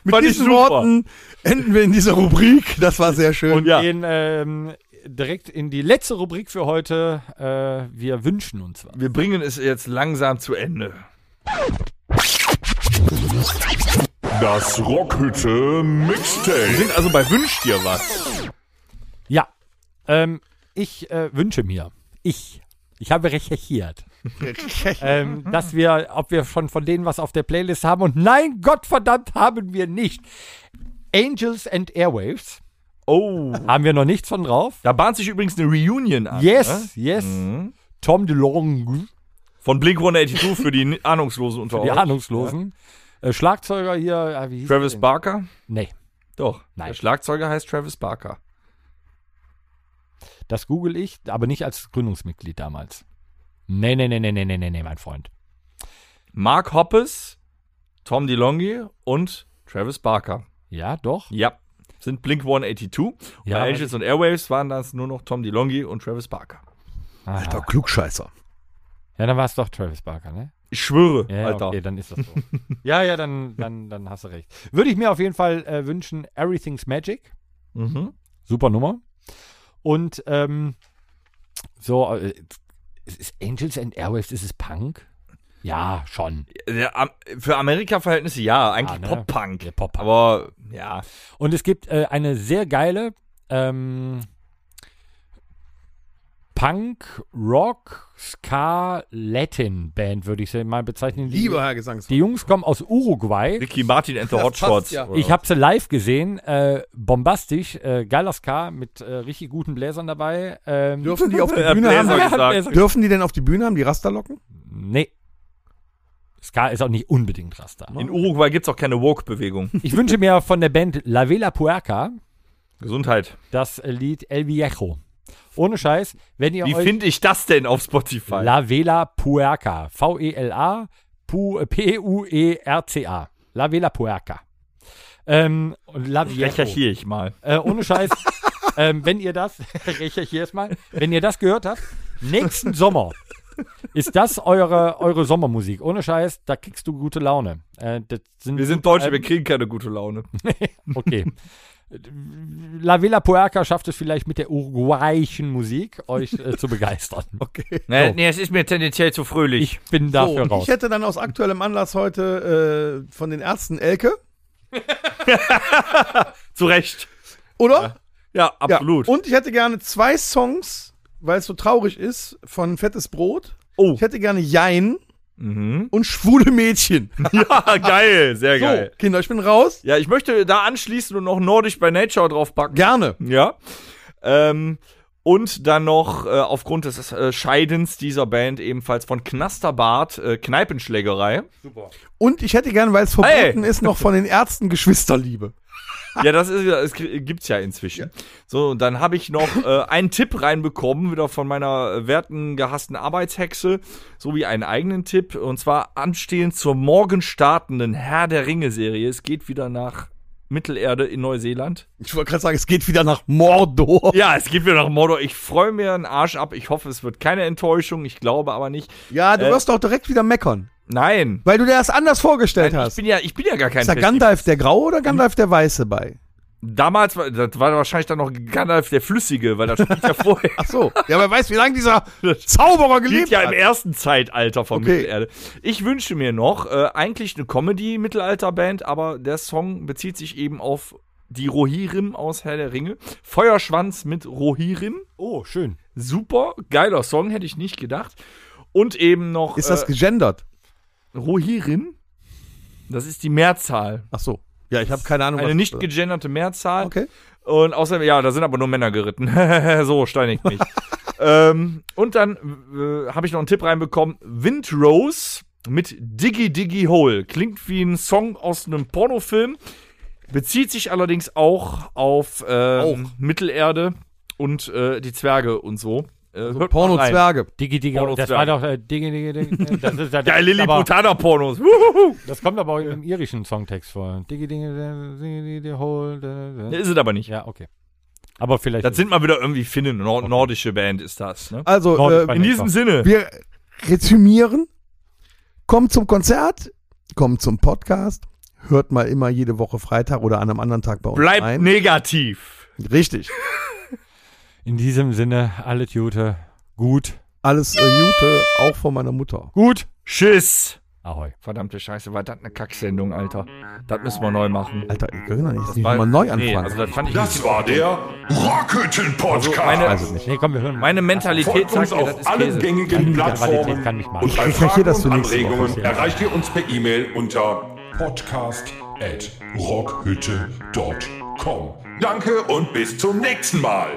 S3: Mit
S4: Fand ich
S3: diesen
S4: super.
S3: Worten enden wir in dieser Rubrik. Das war sehr schön.
S2: Und
S4: Ja.
S2: gehen ähm, direkt in die letzte Rubrik für heute. Äh, wir wünschen uns was.
S4: Wir bringen es jetzt langsam zu Ende.
S1: Das Rockhütte
S4: Wir
S1: Mixtape.
S4: sind also bei Wünsch dir was.
S2: Ja, ähm, ich äh, wünsche mir, ich, ich habe
S4: [LAUGHS]
S2: recherchiert, ähm, dass wir, ob wir schon von denen was auf der Playlist haben. Und nein, Gottverdammt, haben wir nicht. Angels and Airwaves
S4: Oh.
S2: haben wir noch nichts von drauf.
S4: Da bahnt sich übrigens eine Reunion an. Ne?
S2: Yes, yes. Tom DeLonge,
S4: Von Blink-182 für die Ahnungslosen unter
S2: die
S4: euch.
S2: Ahnungslosen. Äh, Schlagzeuger hier, äh, wie hieß
S4: Travis
S2: der denn?
S4: Barker?
S2: Nee,
S4: Doch.
S2: Nein.
S4: Der Schlagzeuger heißt Travis Barker.
S2: Das google ich, aber nicht als Gründungsmitglied damals. Nee, nee, nee, nee, nee, nee, nee, nee, mein Freund.
S4: Mark Hoppes, Tom DeLonghi und Travis Barker.
S2: Ja, doch.
S4: Ja. Sind Blink 182.
S2: Ja.
S4: Bei Angels und Airwaves waren das nur noch Tom DeLonghi und Travis Barker.
S3: Alter,
S2: Aha.
S3: Klugscheißer.
S2: Ja, dann war es doch Travis Barker, ne?
S4: Ich schwöre,
S2: Ja, ja,
S4: Alter.
S2: okay, dann ist das so. ja, ja, dann, dann, dann hast du recht. Würde ich mir auf jeden Fall äh, wünschen, Everything's Magic.
S4: Mhm.
S2: Super Nummer. Und ähm, so, äh, es ist Angels and Airwaves, ist es Punk? Ja, schon.
S4: Der, Am- für Amerika-Verhältnisse ja, eigentlich
S2: Ja, ne?
S4: Pop-Punk.
S2: Ja, Pop-Punk.
S4: Aber ja,
S2: Und es gibt äh, eine sehr geile ähm, Punk, Rock, Ska, Latin Band, würde ich sie mal bezeichnen. Die-
S3: Lieber Herr Gesangs.
S2: Die Jungs kommen aus Uruguay.
S4: Ricky Martin and the
S3: Das
S4: Hot
S3: passt,
S4: Shots.
S3: ja.
S4: oder
S2: Ich habe sie live gesehen, äh, bombastisch, äh, geiler Ska mit äh, richtig guten Bläsern dabei. Ähm,
S3: Dürfen die auf die
S4: [LAUGHS] Ja,
S3: Bühne
S4: Bläser
S3: haben?
S4: gesagt.
S3: Dürfen die denn auf die Bühne haben, die Rasterlocken?
S2: Nee. Ska ist auch nicht unbedingt Rasta.
S4: was. In Uruguay gibt es auch keine [LAUGHS] Woke-Bewegung.
S2: Ich wünsche mir von der Band La Vela Puerca
S4: Gesundheit.
S2: das Lied El Viejo. Ohne Scheiß, wenn ihr
S4: Wie
S2: euch
S4: finde ich das denn auf Spotify?
S2: La Vela Puerca, V-E-L-A Pu- E P-U-E-R-C-A. La Vela Puerca. Ähm, und La Viejo.
S4: Recherchiere ich mal.
S2: Äh, ohne
S3: [LAUGHS]
S2: Scheiß, ähm, wenn ihr das, [LAUGHS] recherchiere es mal, wenn ihr das gehört habt, nächsten Sommer ist das eure, eure Sommermusik. Ohne Scheiß, da kriegst du gute Laune. Äh, das sind
S4: Wir sind Deutsche, wir kriegen keine gute Laune.
S2: [LAUGHS] Okay. La Villa Puerca schafft es vielleicht mit der uruguayischen Musik, euch äh, zu begeistern.
S3: Okay.
S4: Nee, nee, es ist mir tendenziell zu fröhlich.
S2: Ich bin
S3: So,
S2: dafür
S3: und
S2: raus.
S3: ich hätte dann aus aktuellem Anlass heute äh, von den Ärzten Elke,
S4: Zu Recht.
S3: oder?
S4: Ja, absolut. [LAUGHS]
S3: Und ich hätte gerne zwei Songs, weil es so traurig ist, von Fettes Brot.
S4: oh.
S3: Ich hätte gerne Jein
S4: Mhm.
S3: und Schwule Mädchen.
S4: Ja, Ah, geil, sehr geil.
S3: So, Kinder, ich bin raus.
S4: Ja, ich möchte da anschließen und noch Nordisch bei Nature draufpacken.
S3: Gerne.
S4: Ja. Ähm, und dann noch äh, aufgrund des äh, Scheidens dieser Band ebenfalls von Knasterbart äh, Kneipenschlägerei.
S3: Und ich hätte gerne, weil es verboten
S4: Hey.
S3: ist, noch von den Ärzten Geschwisterliebe.
S4: Ja, das ist ja- es g- gibt's ja inzwischen. So, und dann habe ich noch äh, einen Tipp reinbekommen, wieder von meiner äh, werten gehassten Arbeitshexe, sowie einen eigenen Tipp, und zwar anstehend zur morgen startenden Herr der Ringe-Serie. Es geht wieder nach Mittelerde in Neuseeland.
S3: Ich wollte gerade sagen, es geht wieder nach Mordor.
S4: Ja, es geht wieder nach Mordor. Ich freue mir einen Arsch ab. Ich hoffe, es wird keine Enttäuschung. Ich glaube aber nicht.
S3: Ja, du
S4: Äh.
S3: wirst doch direkt wieder meckern,
S4: Nein.
S3: weil du dir das anders vorgestellt
S4: Nein ich,
S3: hast.
S4: bin ja, ich bin ja gar kein
S3: Ist da
S4: Technik-
S3: Gandalf der Graue oder Gandalf der Weiße bei?
S4: Damals war, das war wahrscheinlich dann noch Gandalf der Flüssige, weil das spielt ja vorher.
S3: Ach so. Ja, wer weiß, wie lange
S4: [LAUGHS]
S3: dieser Zauberer
S4: Spielt
S3: gelebt
S4: ja im
S3: hat.
S4: ersten Zeitalter von
S3: Okay.
S4: Mittelerde. Ich wünsche mir noch äh, eigentlich eine Comedy-Mittelalter-Band, aber der Song bezieht sich eben auf die Rohirrim aus Herr der Ringe. Feuerschwanz mit Rohirrim.
S2: Oh, schön.
S4: Super, geiler Song, hätte ich nicht gedacht. Und eben noch
S3: Ist das gegendert?
S4: äh, Rohirrim. Das ist die Mehrzahl.
S3: Ach so. Ja, ich habe keine Ahnung.
S4: Eine
S3: was-
S4: nicht gegenderte Mehrzahl.
S3: Okay.
S4: Und außerdem, ja, da sind aber nur Männer geritten. [LAUGHS] so, steinig mich. ähm, und dann äh, habe ich noch einen Tipp reinbekommen. Windrose mit Diggy Diggy Hole. Klingt wie ein Song aus einem Pornofilm. Bezieht sich allerdings auch auf ähm, Mittelerde und äh, die Zwerge und so. Äh,
S3: Also
S4: hört mal rein.
S3: Pornozwerge.
S2: Digi, Digi,
S4: Pornos
S2: das war
S4: Zwerg.
S2: doch äh, Digi, Digi,
S4: [LAUGHS]
S2: Digi. Das, ist, das,
S4: Geil, Lilly
S2: aber,
S4: Putana Pornos. Wuhuhu.
S2: das kommt aber auch im irischen Songtext vor. Digi, Digi, Digi, Digi, Digi, hol, da, da.
S4: Ist es aber nicht.
S2: Ja, okay. Aber vielleicht.
S4: Das sind mal wieder irgendwie Finnen. Nord Nordische Band ist das. Ne?
S3: Also,
S2: Nordisch
S3: äh,
S2: bei
S4: In diesem Sinne.
S3: wir resümieren. Kommt zum Konzert, kommt zum Podcast, hört mal immer jede Woche Freitag oder an einem anderen Tag bei uns
S4: Bleibt
S3: ein.
S4: negativ.
S3: Richtig.
S2: In diesem Sinne, alle Tute. Gut.
S3: Alles äh, Jute, auch von meiner Mutter.
S2: Gut.
S4: Tschüss.
S2: Ahoi.
S4: Verdammte Scheiße, war das eine Kacksendung, Alter. Das müssen wir neu machen.
S3: Alter, ich erinnere mich, ich mal neu anfangen.
S4: Nee, also das fand ich
S1: Das war der Rockhütten Podcast.
S3: also nicht.
S2: Nee, komm, wir hören mal.
S4: Meine Mentalität
S1: Folgt uns
S4: sagt mir, das
S1: auf
S4: ist
S1: allen
S4: Käse.
S1: gängigen
S2: Qualität kann
S1: Plattformen
S2: mich mal.
S1: und bei
S3: Ich verspreche,
S1: Fragen
S3: dass
S1: und
S3: du nächste Woche
S1: Anregungen
S3: erzählst.
S1: erreicht ihr uns per E-Mail unter podcast@rockhütte.com. Danke und bis zum nächsten Mal.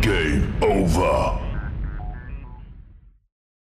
S1: Game over.